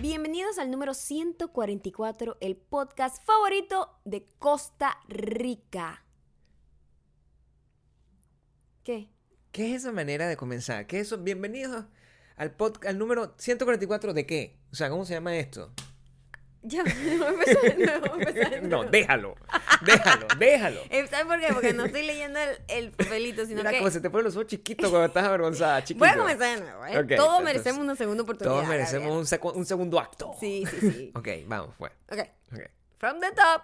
Bienvenidos al número 144, el podcast favorito de Costa Rica. ¿Qué? ¿Qué es esa manera de comenzar? ¿Qué es eso? Bienvenidos al podcast, al número 144 de qué? O sea, ¿cómo se llama esto? Ya, no empezar de nuevo, voy a empezar de No, nuevo. déjalo, déjalo, déjalo. Eh, ¿Sabes por qué? Porque no estoy leyendo el, el papelito, sino Mira que... cómo se te ponen los ojos chiquitos cuando estás avergonzada, chiquito. Voy a comenzar de nuevo, ¿eh? Ok, todos entonces, merecemos una segunda oportunidad. Todos merecemos Gabriel. un, secu- un segundo acto. Sí, sí, sí. Ok, vamos, pues. Ok. Ok. From the top.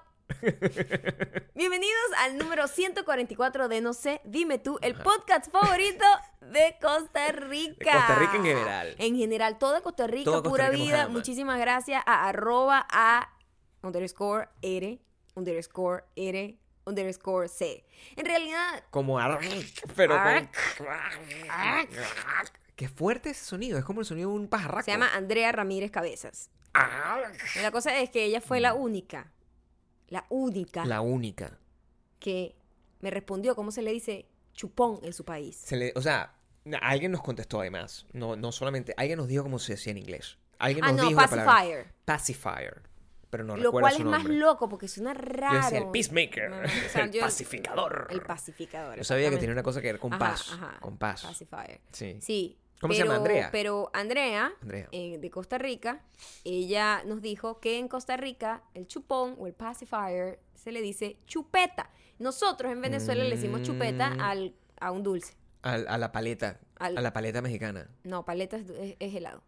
Bienvenidos al número 144 de No sé, dime tú, el podcast favorito de Costa Rica. De Costa Rica en general. En general, toda Costa Rica, Toda Costa pura Rica vida. mojada, man. Muchísimas gracias a arroba a underscore R, underscore R, underscore C. En realidad, Como ar- pero con- Arc. Qué fuerte ese sonido, es como el sonido de un pajarraco. se llama Andrea Ramírez Cabezas. Arc. La cosa es que ella fue la única, la única Mm. La única. que me respondió, ¿cómo se le dice? Chupón en su país. Se le, o sea, na- alguien nos contestó además. No, no solamente, alguien nos dijo cómo se decía en inglés. Alguien Ah, nos no, dijo la palabra pacifier. pacifier. Pero no Lo recuerdo cual su es más nombre. loco porque suena Yo raro. decía el peacemaker, No, no, o sea, el yo- pacificador. El pacificador. Yo sabía que exactamente. tenía una cosa que ver con Ajá, paz. ajá, Con paz. Pacifier. Sí. Sí. ¿Cómo se llama? pero- Andrea. Pero Andrea, Andrea. eh, de Costa Rica, ella nos dijo que en Costa Rica el chupón o el pacifier se le dice chupeta. Nosotros en Venezuela le decimos chupeta Mm. al, a un dulce. Al- a, la paleta. Al- A la paleta mexicana. No, paleta es, es- es helado.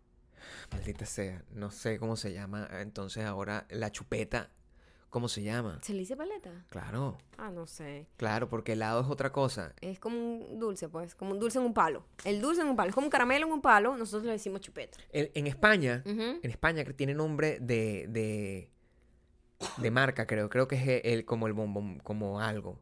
Maldita sea. No sé cómo se llama. ah, Entonces ahora la chupeta. ¿Cómo se llama? ¿Se le dice paleta? Claro. Ah, no sé. Claro, porque helado es otra cosa. Es como un dulce, pues, como un dulce en un palo. El dulce en un palo, es como un caramelo en un palo, nosotros le decimos chupeta. En, en España, Ujú. en España que tiene nombre de, de, de marca, creo. Creo que es el, como el bombón, como algo.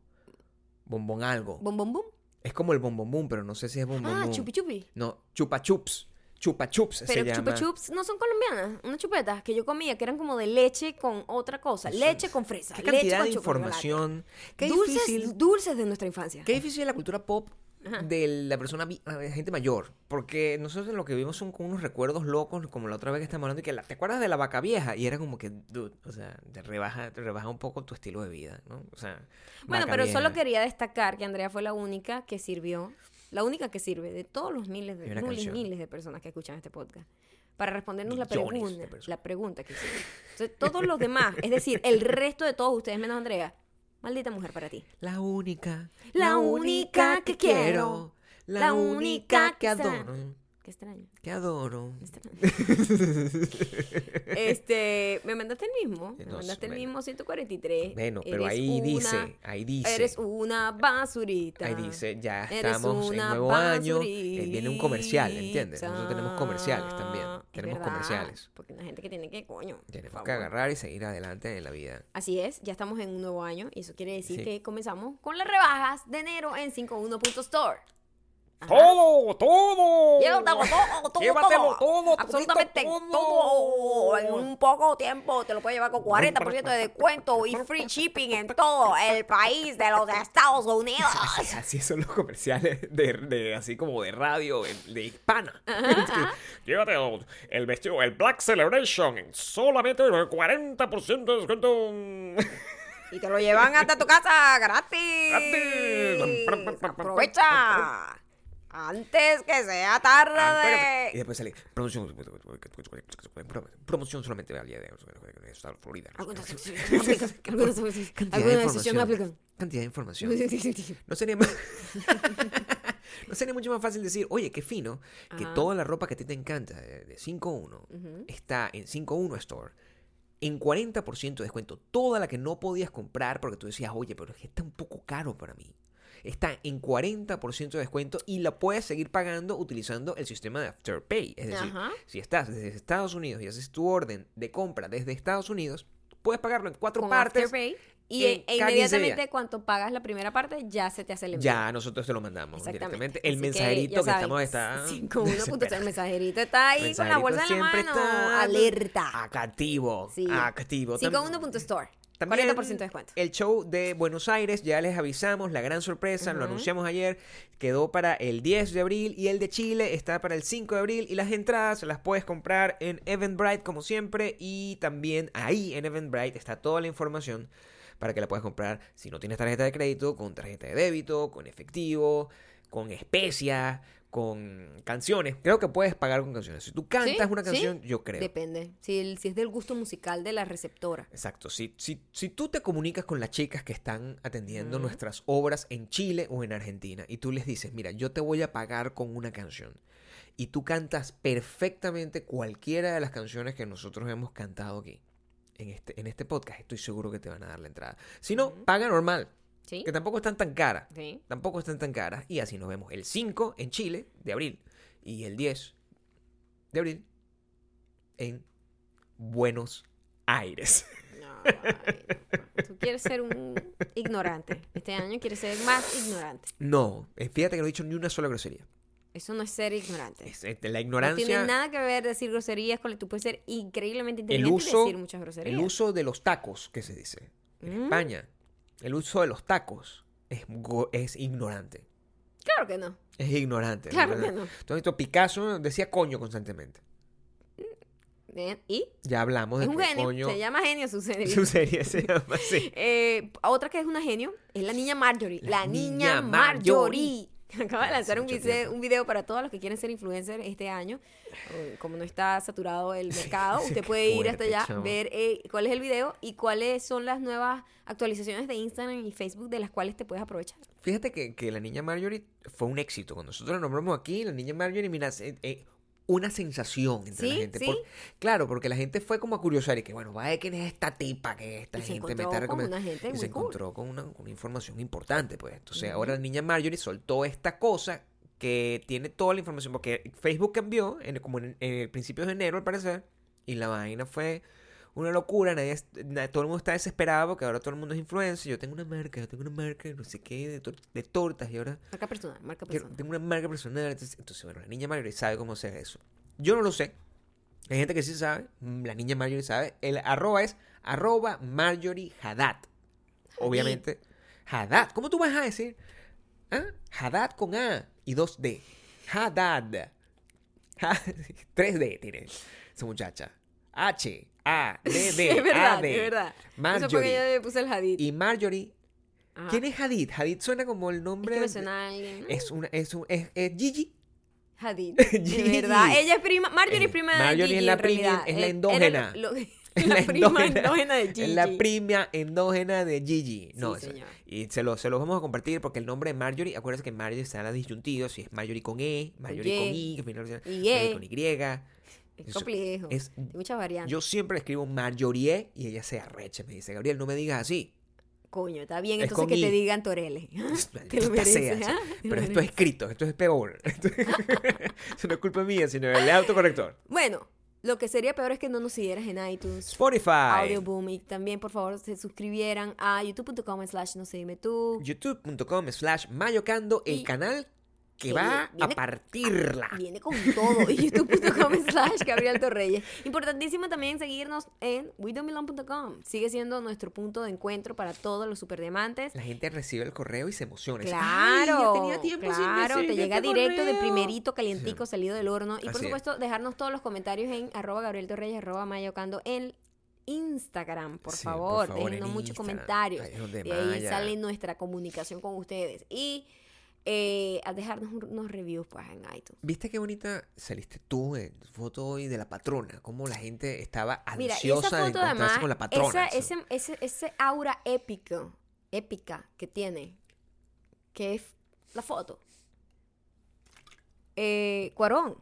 Bombón algo. Bom, bom, bom. es como el bombón boom, pero no sé si es bombón Ah, boom. chupi chupi. No, chupa chups. Chupa chups se Pero llama. chupa chups no son colombianas, unas chupetas que yo comía que eran como de leche con otra cosa, leche con fresa, Qué leche cantidad con de chocolate. información. Qué dulces, difícil. dulces de nuestra infancia. Qué difícil es la cultura pop de la persona, vi- la gente mayor. Porque nosotros lo que vivimos son con unos recuerdos locos, como la otra vez que estábamos hablando, y que la- te acuerdas de la vaca vieja. Y era como que, dude, o sea, te rebaja, te rebaja un poco tu estilo de vida, ¿no? O sea, Bueno, vaca pero solo vieja. quería destacar que Andrea fue la única que sirvió, la única que sirve de todos los miles de Y una miles, canción. miles de personas que escuchan este podcast para respondernos la Millones de pregunta, personas. la pregunta que hicimos. Entonces, todos los demás, es decir, el resto de todos ustedes menos Andrea, maldita mujer para ti. La única. La única que quiero, La, la única única que que sa- adoro. Qué extraño. Que adoro. Este, me mandaste el mismo, me No, mandaste el bueno. mismo 143. Bueno, pero Eres ahí una- dice, ahí dice. Eres una basurita. Ahí dice, ya Eres estamos en una nuevo año, eh, viene un comercial, ¿entiendes? basurita. Nosotros tenemos comerciales también, Es tenemos verdad, comerciales. Porque la gente que tiene que, coño. por Tenemos favor. que agarrar y seguir adelante en la vida. Así es, ya estamos en un nuevo año y eso quiere decir Sí. que comenzamos con las rebajas de enero en 51.store. Ajá. ¡Todo! ¡Todo! Llévatelo todo, todo, Llévatelo todo, todito, absolutamente todo. todo. En un poco tiempo te lo puedes llevar con 40% de descuento y free shipping en todo el país de los Estados Unidos. Así son los comerciales de, de- así como de radio, en- de hispana. Llévate el, el vestido, el Black Celebration, en solamente el 40% de descuento. Y te lo llevan hasta tu casa gratis. Gratis. Aprovecha. Antes que sea tarde. ah, Y después sale promoción, promoción solamente valía de Estados Florida. Algunas opciones aplican. Algunas opciones- Cantidad de algunas opciones información. aplican. Cantidad de información. No sería más- no sería mucho más fácil decir, oye, qué fino, que Ajá. toda la ropa que a ti te encanta de de 5.1 Ujú. está en 5.1 Store. En 40% de descuento, toda la que no podías comprar porque tú decías, oye, pero es que está un poco caro para mí. Está en 40% de descuento y la puedes seguir pagando utilizando el sistema de Afterpay. Es decir, Ajá. si estás desde Estados Unidos y haces tu orden de compra desde Estados Unidos, puedes pagarlo en cuatro con partes. Afterpay y e- en e cada quince inmediatamente cuando pagas la primera parte ya se te hace el envío. Ya, nosotros te lo mandamos Exactamente. directamente. El mensajerito que, estamos está. con el mensajerito está ahí con la Mensajerito bolsa en la siempre mano. está- Alerta. Activo. Sí. Activo. Tam- 51.store. También 40% de descuento. El show de Buenos Aires, ya les avisamos, la gran sorpresa, lo anunciamos ayer, quedó para el 10 de abril y el de Chile está para el 5 de abril y las entradas las puedes comprar en Eventbrite como siempre y también ahí en Eventbrite está toda la información para que la puedas comprar si no tienes tarjeta de crédito, con tarjeta de débito, con efectivo, con especias, con canciones. Creo que puedes pagar con canciones. Si tú cantas ¿Sí? una ¿Sí? canción, yo creo. Depende. Si, el- si es del gusto musical de la receptora. Exacto. Si, si, si tú te comunicas con las chicas que están atendiendo nuestras obras en Chile o en Argentina y tú les dices, mira, yo te voy a pagar con una canción y tú cantas perfectamente cualquiera de las canciones que nosotros hemos cantado aquí en este, en este podcast, estoy seguro que te van a dar la entrada. Si no, paga normal, ¿Sí? que tampoco están tan caras. Sí. Tampoco están tan caras. Y así nos vemos el 5 en Chile de abril y el 10 de abril en Buenos Aires. No, ay, no. Tú quieres ser un ignorante. Este año quieres ser más ignorante. No, eh, fíjate que no he dicho ni una sola grosería. Eso no es ser ignorante. Es, eh, la No tiene ignorancia, nada que ver decir groserías con... Tú puedes ser increíblemente el inteligente y uso, decir muchas groserías. el uso de los tacos, que se dice en Mm. España, el uso de los tacos es, go- es ignorante. Claro que no. Es ignorante. Claro ¿verdad? que no. Entonces, esto, Picasso decía coño constantemente. Bien, ¿Y? Ya hablamos de Es un que genio. coño. Se llama genio su genio. Su serie se llama así. Eh, otra que es una genio es la niña Marjorie. La La, niña niña Marjorie. Marjorie. Acaba de Hace lanzar un mucho video, tiempo. un video para todos los que quieren ser influencers este año. Eh, Como no está saturado el mercado, sí, usted qué puede ir hasta fuerte, allá, chamo. ver eh, cuál es el video y cuáles son las nuevas actualizaciones de Instagram y Facebook de las cuales te puedes aprovechar. Fíjate que, que la niña Marjorie fue un éxito. Cuando nosotros la nombramos aquí, la niña Marjorie, mira, se- eh, una sensación entre la Sí, gente. sí. Por- claro, porque la gente fue como a curiosar y que, bueno, vaya, ¿quién es esta tipa que esta Y se gente me encontró está con recomendando? una gente y se muy cool. encontró con una, con una información importante, pues. Entonces, ahora la niña Marjorie soltó esta cosa que tiene toda la información, porque Facebook cambió en, como en, en principios de enero, al parecer, y la vaina fue una locura, nadie, es- na- todo el mundo está desesperado porque ahora todo el mundo es influencer, yo tengo una marca, yo tengo una marca, no sé qué, de, tor- de tortas y ahora Marca personal, marca quiero- personal. tengo una marca personal, entonces, entonces, bueno, la niña Marjorie sabe cómo hacer eso. Yo no lo sé, hay gente que sí sabe, mm, la niña Marjorie sabe, el arroba es arroba Marjorie Haddad, obviamente, Haddad, ¿cómo tú vas a decir? ¿Ah? Haddad con A y dos D, Haddad. Ja- 3D tiene esa muchacha. H, A, D, D, es verdad, A, D. es verdad. Eso fue que yo ah, Marjorie. le puse el hadith. Y Marjorie. Ajá. ¿Quién es Hadid? Hadid suena como el Es nombre. que me de- suena a alguien. ¿no? es una, es un, es, es Gigi. Hadid. Gigi. De verdad. Ella es prima. Marjorie Eh, es prima de Marjorie es Gigi, la en prima- realidad. es la Eh, endógena. era lo- la, prima endógena de Gigi. Es la prima endógena de Gigi. No, Sí, eso- señor. y se los se los vamos a compartir porque el nombre de Marjorie, acuérdense que Marjorie está en la disyuntiva, si es Marjorie con E, Marjorie con I, Y. que al final- Y. E. Marjorie con Y. Es Eso- complejo. es- Hay muchas variantes. Yo siempre le escribo Marjorie E y ella se arrecha, me dice, Gabriel, no me digas así. Coño, está bien es entonces con que I. te digan Torele. Te lo Maldita sea, mereces, sí. ¿ah? Te lo Pero esto es mereces. escrito, esto es peor. Esto- Eso no es culpa mía, sino del autocorrector. Bueno, lo que sería peor es que no nos siguieras en iTunes. Spotify, Audio Boom y también por favor se suscribieran a youtube.com slash no sé dime tú youtube.com slash mayocando, el Y- canal que que va a viene- partirla. Viene con todo. Y youtube.com slash Gabriel Torreyes. Importantísimo también seguirnos en widomilon.com. Sigue siendo nuestro punto de encuentro para todos los superdiamantes. La gente recibe el correo y se emociona. Dice, "Ay, ya Claro, tenía tiempo sin claro, recibir te llega este directo de correo". primerito, calientico, salido del horno. Y por Así es. supuesto, dejarnos todos los comentarios en arroba Gabriel Torreyes, arroba Mayocando en Instagram, por Sí, por favor, favor, en déjenos muchos Instagram. comentarios. Ahí es donde de ahí Maya- sale nuestra comunicación con ustedes. Y eh, a dejarnos un- unos reviews pues, en iTunes. ¿Viste qué bonita saliste tú en tu foto hoy de la patrona? Cómo la gente estaba Mira, ansiosa y esa de foto encontrarse además, con la esa- patrona. Eso. ese, ese, ese aura épico, épica que tiene, que es la foto. Eh, Cuarón.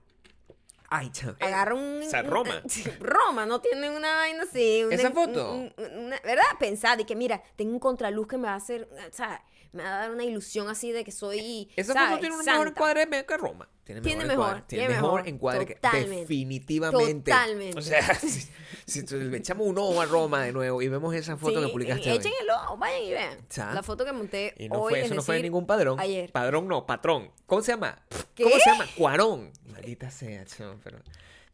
Ay, eh, chao. agarra un... o sea, un- Roma. Roma, no tiene una vaina así. una- ¿Esa foto? un- un- una- ¿Verdad? Pensad y que mira, tengo un contraluz que me va a hacer, o sea, me va a dar una ilusión así de que soy, Eh, Esa ¿sabes? foto tiene un mejor Santa. encuadre me- que Roma. Tiene Tiene encuadre. mejor, Tiene tiene mejor, mejor. encuadre que Totalmente. definitivamente. Totalmente. O sea, si, si tú- le echamos un ojo a Roma de nuevo y vemos esa foto Sí, e- que publicaste hoy. echen el ojo, vayan y vean. Cha. La foto que monté Y no hoy, fue, es eso no fue decir, ningún padrón. ayer. Padrón no, patrón. ¿Cómo se llama? ¿Qué? ¿Cómo se llama? Cuarón. Maldita sea, chamo, pero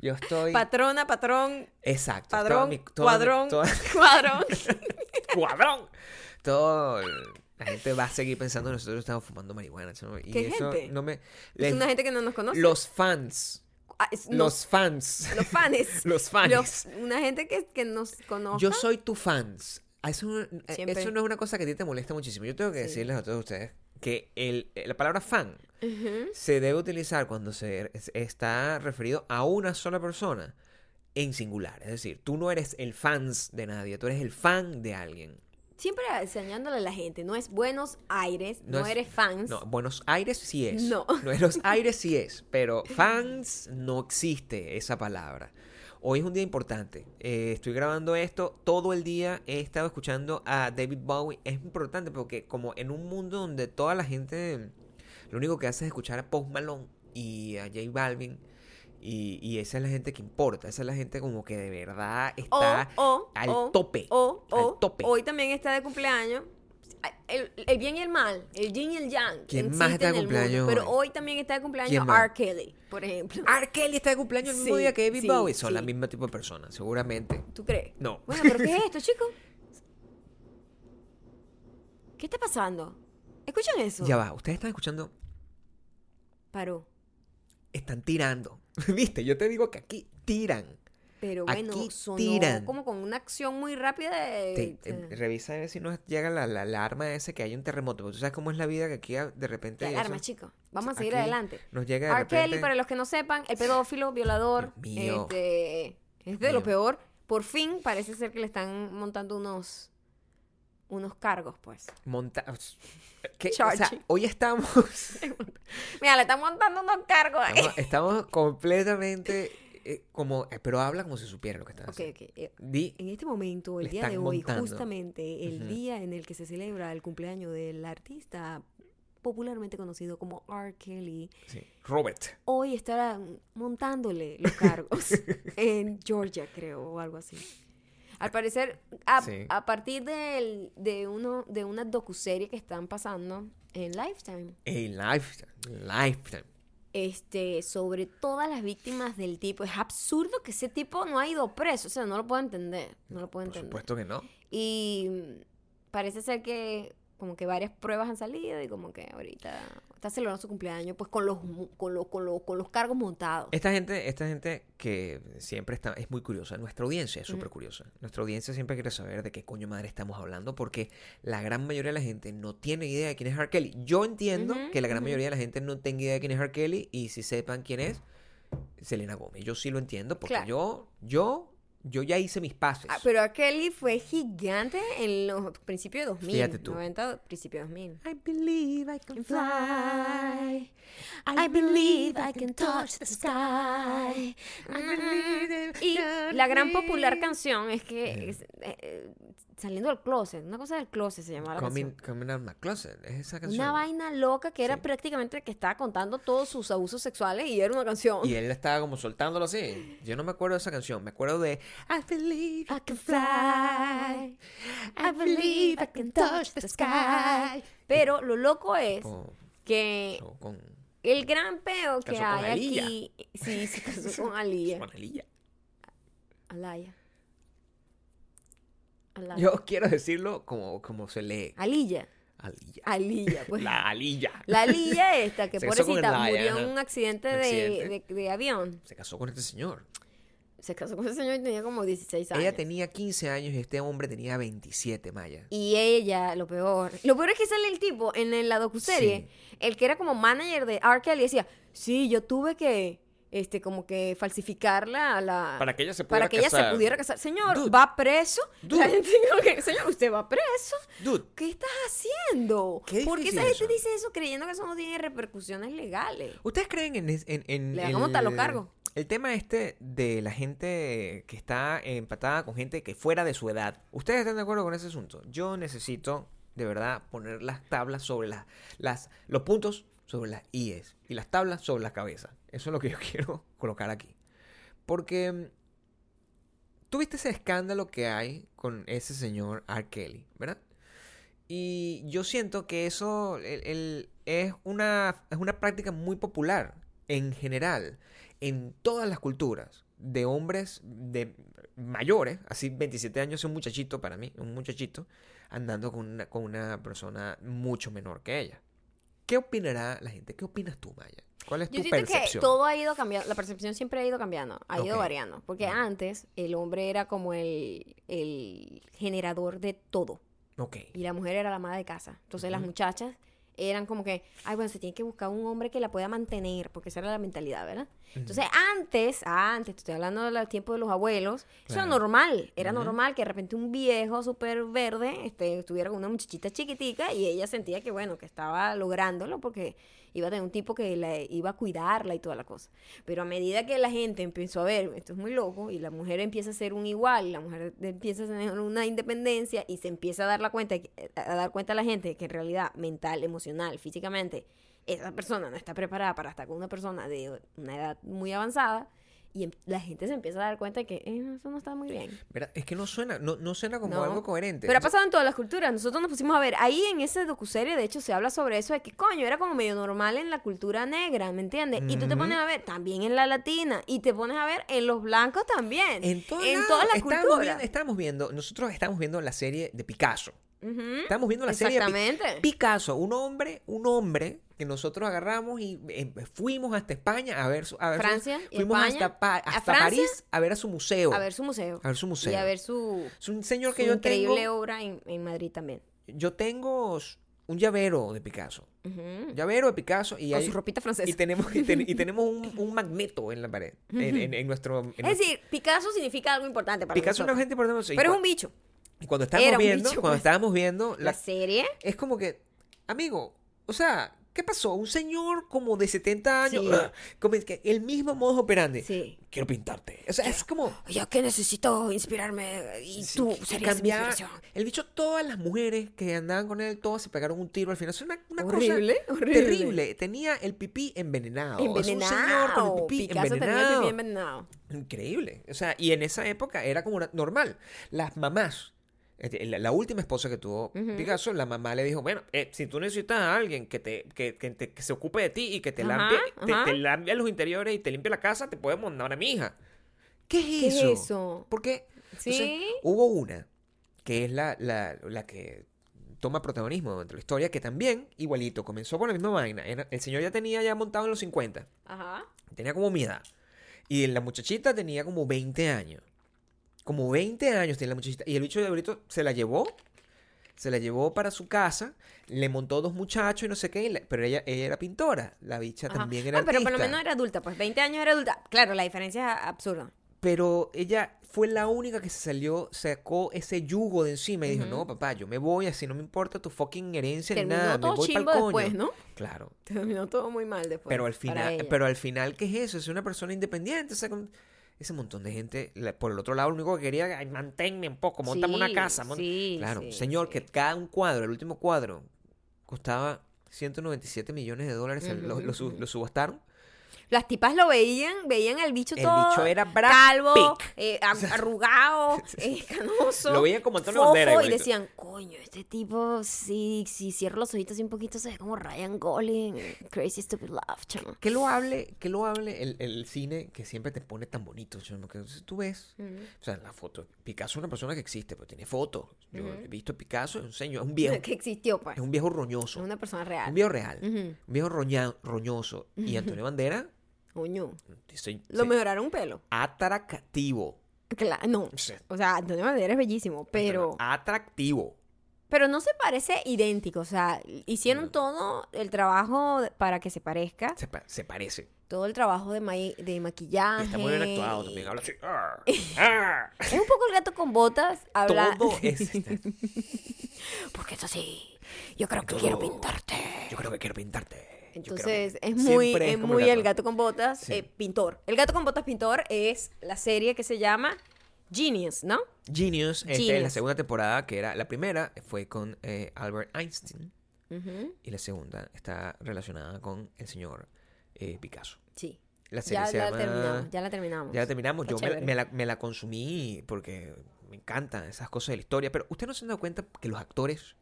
yo estoy... Patrona, patrón, Exacto. toda padrón, mi- toda mi- cuadrón, toda- cuadrón. escuadrón. Todo. La gente va a seguir pensando que nosotros estamos fumando marihuana. chamo, Y ¿Qué eso gente? no me. Es les- una gente que no nos conoce. Los fans. Ah, es- no- Los fans. los fans. Los fans. Los- una gente que, que nos conoce. Yo soy tu fans. Ah, Eso, no- eh, Siempre. eso no es una cosa que a ti te molesta muchísimo. Yo tengo que Sí. decirles a todos ustedes que el, eh, la palabra fan se debe utilizar cuando se es- está referido a una sola persona en singular. Es decir, tú no eres el fans de nadie, tú eres el fan de alguien. Siempre enseñándole a la gente. No es buenos aires, no, No es- eres fans. No, Buenos Aires sí es. No. Buenos Aires sí es, pero fans no existe esa palabra. Hoy es un día importante. Eh, estoy grabando esto. Todo el día he estado escuchando a David Bowie. Es importante porque como en un mundo donde toda la gente lo único que hace es escuchar a Post Malone y a J Balvin. Y, y esa es la gente que importa. Esa es la gente como que de verdad O, está o, al o, tope. O, al o, tope. hoy también está de cumpleaños. El, el bien y el mal, el yin y el yang. ¿Quién existe más está en de el mundo, cumpleaños Pero hoy? hoy también está de ¿Quién cumpleaños más? R. Kelly, por ejemplo. R. Kelly está de cumpleaños el mismo Sí, día que David sí, Bowie. Son sí. la misma tipo de personas, seguramente. ¿Tú crees? No. Bueno, pero ¿qué es esto, chico? ¿Qué está pasando? ¿Escuchan eso? Ya va, ustedes están escuchando, Paró. están tirando. ¿Viste? Yo te digo que aquí tiran. Pero bueno, Aquí sonó tiran. como con una acción muy rápida de... Te- eh, revisa a ver si nos llega la, la alarma ese que hay un terremoto. Porque tú sabes cómo es la vida que aquí de repente. La eso- alarma, chico. Vamos a seguir aquí adelante. Nos llega de R. Kelly, repente- para los que no sepan, el pedófilo, violador, Dios mío. este, es de mío. lo peor. Por fin parece ser que le están montando unos, unos cargos, pues. monta- ¿Qué? O sea, Charging. hoy estamos. Mira, le están montando unos cargos. ahí. estamos, estamos completamente. eh, como, eh, pero habla como si supiera lo que están Ok, haciendo. ok. eh, Di- En este momento, el Le día de están hoy, montando. justamente el Ujú. día en el que se celebra el cumpleaños del artista popularmente conocido como R. Kelly, sí. Robert. hoy estarán montándole los cargos en Georgia, creo, o algo así. Al parecer, a, Sí. a partir del- de, uno, de una docuserie que están pasando en Lifetime, En Lifetime. Lifetime. este, sobre todas las víctimas del tipo, es absurdo que ese tipo no ha ido preso, o sea, no lo puedo entender, no lo puedo Por entender. supuesto que no. Y mm, parece ser que como que varias pruebas han salido y como que ahorita está celebrando su cumpleaños pues con los mu- con los, con los, con los cargos montados. Esta gente, esta gente que siempre está, es muy curiosa. Nuestra audiencia es Ujú. súper curiosa. Nuestra audiencia siempre quiere saber de qué coño madre estamos hablando porque la gran mayoría de la gente no tiene idea de quién es R. Kelly. Yo entiendo Ujú, que la gran ujú. mayoría de la gente no tenga idea de quién es R. Kelly y si sepan quién es, Selena Gómez. Yo sí lo entiendo porque Claro. yo, yo, yo ya hice mis pases. Ah, pero R. Kelly fue gigante en los principios de 2000. Fíjate tú. 90, principio de 2000. I believe I can fly. I believe I can touch the sky. Y la gran popular canción es que es, eh, eh, saliendo del closet, una cosa del closet se llamaba la Coming, canción. coming out my closet. Es esa canción. Una vaina loca que era Sí. prácticamente que estaba contando todos sus abusos sexuales y era una canción. Y él estaba como soltándolo así. Yo no me acuerdo de esa canción. Me acuerdo de I believe I can fly. I believe I can touch the sky. Pero lo loco es Oh, que oh, con, el gran peo que Casó con hay Aliyah. aquí. Sí, se casó con Alía. con Aliyah. Alaya. Alaya. Yo quiero decirlo como, como se lee. Alilla. Aliyah. Alilla, pues. La, La Aliyah. Alilla esta, que Se casó con pobrecita Alaya, murió ajá. en un accidente, Un de- accidente. De, de avión. Se casó con este señor. Se casó con ese señor y tenía como 16 años. Ella tenía 15 años y este hombre tenía 27, Maya. Y ella, lo peor. Lo peor es que sale el tipo en, en la docuserie, el que era como manager de R. Kelly, decía, sí, yo tuve que, este, como que falsificar la... la- Para que ella se para pudiera que ella casar. se pudiera casar. Señor, Dude. ¿va preso? Dude. La gente como que, señor, ¿usted va preso? Dude, ¿Qué estás haciendo? Qué ¿Por qué difícil esa gente eso. dice eso creyendo que eso no tiene repercusiones legales? ¿Ustedes creen en... es- en, en- Le el- hagamos talo cargo. El tema este de la gente que está empatada con gente que fuera de su edad. ¿Ustedes están de acuerdo con ese asunto? Yo necesito, de verdad, poner las tablas sobre las... las los puntos sobre las IES y las tablas sobre las cabezas. Eso es lo que yo quiero colocar aquí. Porque... mm, Tuviste ese escándalo que hay con ese señor R. Kelly, ¿verdad? Y yo siento que eso el- el- es, una, es una práctica muy popular en general, en todas las culturas, de hombres de mayores, así 27 años es un muchachito para mí, un muchachito, andando con una, con una persona mucho menor que ella. ¿Qué opinará la gente? ¿Qué opinas tú, Maya? ¿Cuál es Yo tu siento que percepción? todo ha ido cambiando, la percepción siempre ha ido cambiando, ha ido Ok. variando, porque antes el hombre era como el, el generador de todo Ok. y la mujer era la ama de casa. Entonces las muchachas eran como que, ay, bueno, se tiene que buscar un hombre que la pueda mantener, porque esa era la mentalidad, ¿verdad? Entonces antes, antes, te estoy hablando del tiempo de los abuelos, eso era Claro. normal, era normal que de repente un viejo súper verde este, estuviera con una muchachita chiquitica y ella sentía que, bueno, que estaba lográndolo porque iba a tener un tipo que la iba a cuidarla y toda la cosa. Pero a medida que la gente empezó a ver, esto es muy loco, y la mujer empieza a ser un igual, la mujer empieza a tener una independencia y se empieza a dar, la cuenta, a dar cuenta a la gente que en realidad mental, emocional, físicamente, esa persona no está preparada para estar con una persona de una edad muy avanzada. Y em- la gente se empieza a dar cuenta de que "Eh, eso no está muy bien. Mira, es que no suena, no, no suena como No. algo coherente. Pero ha O sea, pasado en todas las culturas. Nosotros nos pusimos a ver. Ahí en ese docuserie, de hecho, se habla sobre eso de que, coño, era como medio normal en la cultura negra, ¿me entiendes? Y tú te Ujú. pones a ver también en la latina. Y te pones a ver en los blancos también. en, todos lados todas las estamos culturas. viendo- estamos viendo, nosotros estamos viendo la serie de Picasso. Ujú. Estamos viendo la serie de Pi- Exactamente. Picasso, un hombre, un hombre que nosotros agarramos y eh, fuimos hasta España a ver su, a ver su- Francia y fuimos España. hasta, Pa- ¿A hasta Francia? París a ver a su museo. A ver su museo. a ver su museo. Y a ver su, es un señor que su yo increíble tengo. obra en, en Madrid también. Yo tengo s- un llavero de Picasso. Ujú. Llavero de Picasso y Con hay- su ropita francesa. y tenemos y, ten- y tenemos un, un magneto en la pared en, en- en nuestro en es decir, Picasso significa algo importante para Picasso es una nosotros. gente por ejemplo, y Pero es cua- un bicho. y cuando estábamos era un viendo bicho, cuando pues. estábamos viendo La la, serie. es como que, amigo, o sea, ¿qué pasó? Un señor como de 70 años, Sí. como es que el mismo modo operandi. Sí. Quiero pintarte. O sea, es como Pues Yo que necesito inspirarme y sí, tú que- que serías mi cambiaba- inspiración. El bicho, todas las mujeres que andaban con él, todas se pegaron un tiro al final. Es una, una cosa Horrible, horrible. terrible. Tenía el pipí envenenado. Es un señor con el pipí Picasso tenía el envenenado. pipí envenenado. Increíble. O sea, y en esa época era como una- normal. Las mamás, este, la, la última esposa que tuvo Picasso, la mamá le dijo, bueno, eh, si tú necesitas a alguien que, te, que, que te- que se ocupe de ti y que te, Ajá, lampie, te, ajá. te lambie los interiores y te limpie la casa, te podemos mandar a mi hija. ¿Qué es ¿Qué es eso? eso? Porque Sí. hubo una, que es la, la, la que toma protagonismo dentro de la historia, que también, igualito, comenzó con la misma vaina. Era- el señor ya tenía ya montado en los 50. Ajá. Tenía como mi edad. Y la muchachita tenía como 20 años. Como 20 años tenía la muchachita. Y el bicho de Brito se la llevó. Se la llevó para su casa. Le montó dos muchachos y no sé qué. y la- pero ella, ella era pintora. La bicha ajá. también era Ah, pero por lo artista. menos era adulta, pues 20 años era adulta. Claro, la diferencia es absurda. Pero ella fue la única que se salió, sacó ese yugo de encima y dijo, no, papá, yo me voy, así no me importa tu fucking herencia ni Terminó nada. todo me voy pa'l chimbo coño. después, ¿no? Claro. Terminó todo muy mal después. Pero al Pues, para final, ella. pero al final, ¿qué es eso? Es una persona independiente. o sea, con- ese montón de gente, la- por el otro lado, lo único que quería era, "Ay, manténme un poco, montame una Sí, casa. mont-". sí, claro, sí, señor, sí. que cada un cuadro, el último cuadro, costaba 197 millones de dólares, el- lo, lo su- lo subastaron. Las tipas lo veían, veían al bicho El todo. bicho era Brad calvo, Pitt. eh, a- arrugado, eh, canoso. Lo veían como Antonio fofo, Y Banderas, igualito. decían, coño, este tipo, si, si cierro los ojitos así un poquito, se ve como Ryan Gosling. en Crazy Stupid Love, chamo. Que lo hable, que lo hable el, el cine que siempre te pone tan bonito. chamo, que tú ves, o sea, la foto. Picasso es una persona que existe, pero tiene fotos. Yo he visto a Picasso, es un señor, es un viejo, Que existió, pues. es un viejo roñoso. Una persona real. Un viejo real. Ujú. Un viejo roña- roñoso. Y Antonio Bandera, Coño. se- Lo se- mejoraron un pelo. atractivo. Claro, no. Sí. O sea, Antonio Banderas es bellísimo, pero Atractivo. pero no se parece idéntico, o sea, Mm. hicieron todo el trabajo de- para que se parezca, Se, pa- se parece. todo el trabajo de ma- de Y maquillaje. está muy bien actuado también. Habla así. Ah. "Arr". Es un poco el gato con botas, habla Todo es. este, porque es así. Yo creo que Todo. quiero pintarte. Yo creo que quiero pintarte. Yo creo que- Entonces, es muy, Siempre es como muy el gato con botas Sí. eh, pintor. El gato con botas pintor es la serie que se llama Genius, ¿no? Genius, este, Genius. la segunda temporada, que era la primera, fue con eh, Albert Einstein. Ujú, Y la segunda está relacionada con el señor eh, Picasso. Sí. La serie Ya se la llama- terminamos, ya la terminamos. Ya la terminamos. Está Yo me, chévere. me la, me la consumí porque me encantan esas cosas de la historia. Pero ustedes no se han dado cuenta que los actores.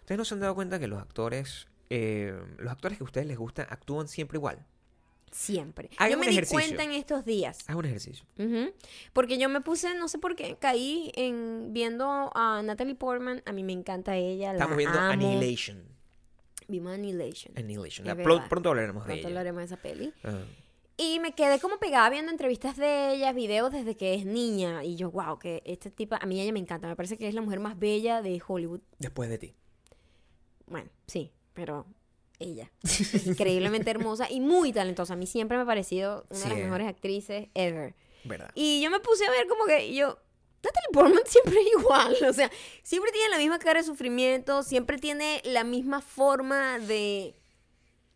Ustedes no se han dado cuenta que los actores. eh, los actores que a ustedes les gusta actúan siempre igual. Siempre. Hagan yo me un di ejercicio. cuenta en estos días. Haz un ejercicio. Ujú. Porque yo me puse, no sé por qué, caí en viendo a Natalie Portman. A mí me encanta ella. la Estamos viendo amo. Annihilation. Vimos Annihilation. Annihilation. Es La- pro- verdad. pronto hablaremos de Pronto ella. hablaremos de esa peli. Ah. Y me quedé como pegada viendo entrevistas de ella, videos desde que es niña. Y yo, wow, que esta tipa, a mí ella me encanta. Me parece que es la mujer más bella de Hollywood. Después de ti. Bueno, sí, pero ella. Increíblemente hermosa y muy talentosa. A mí siempre me ha parecido una de Sí, las eh. mejores actrices ever. ¿Verdad? Y yo me puse a ver como que y yo, Natalie Portman siempre es igual, o sea, siempre tiene la misma cara de sufrimiento, siempre tiene la misma forma de...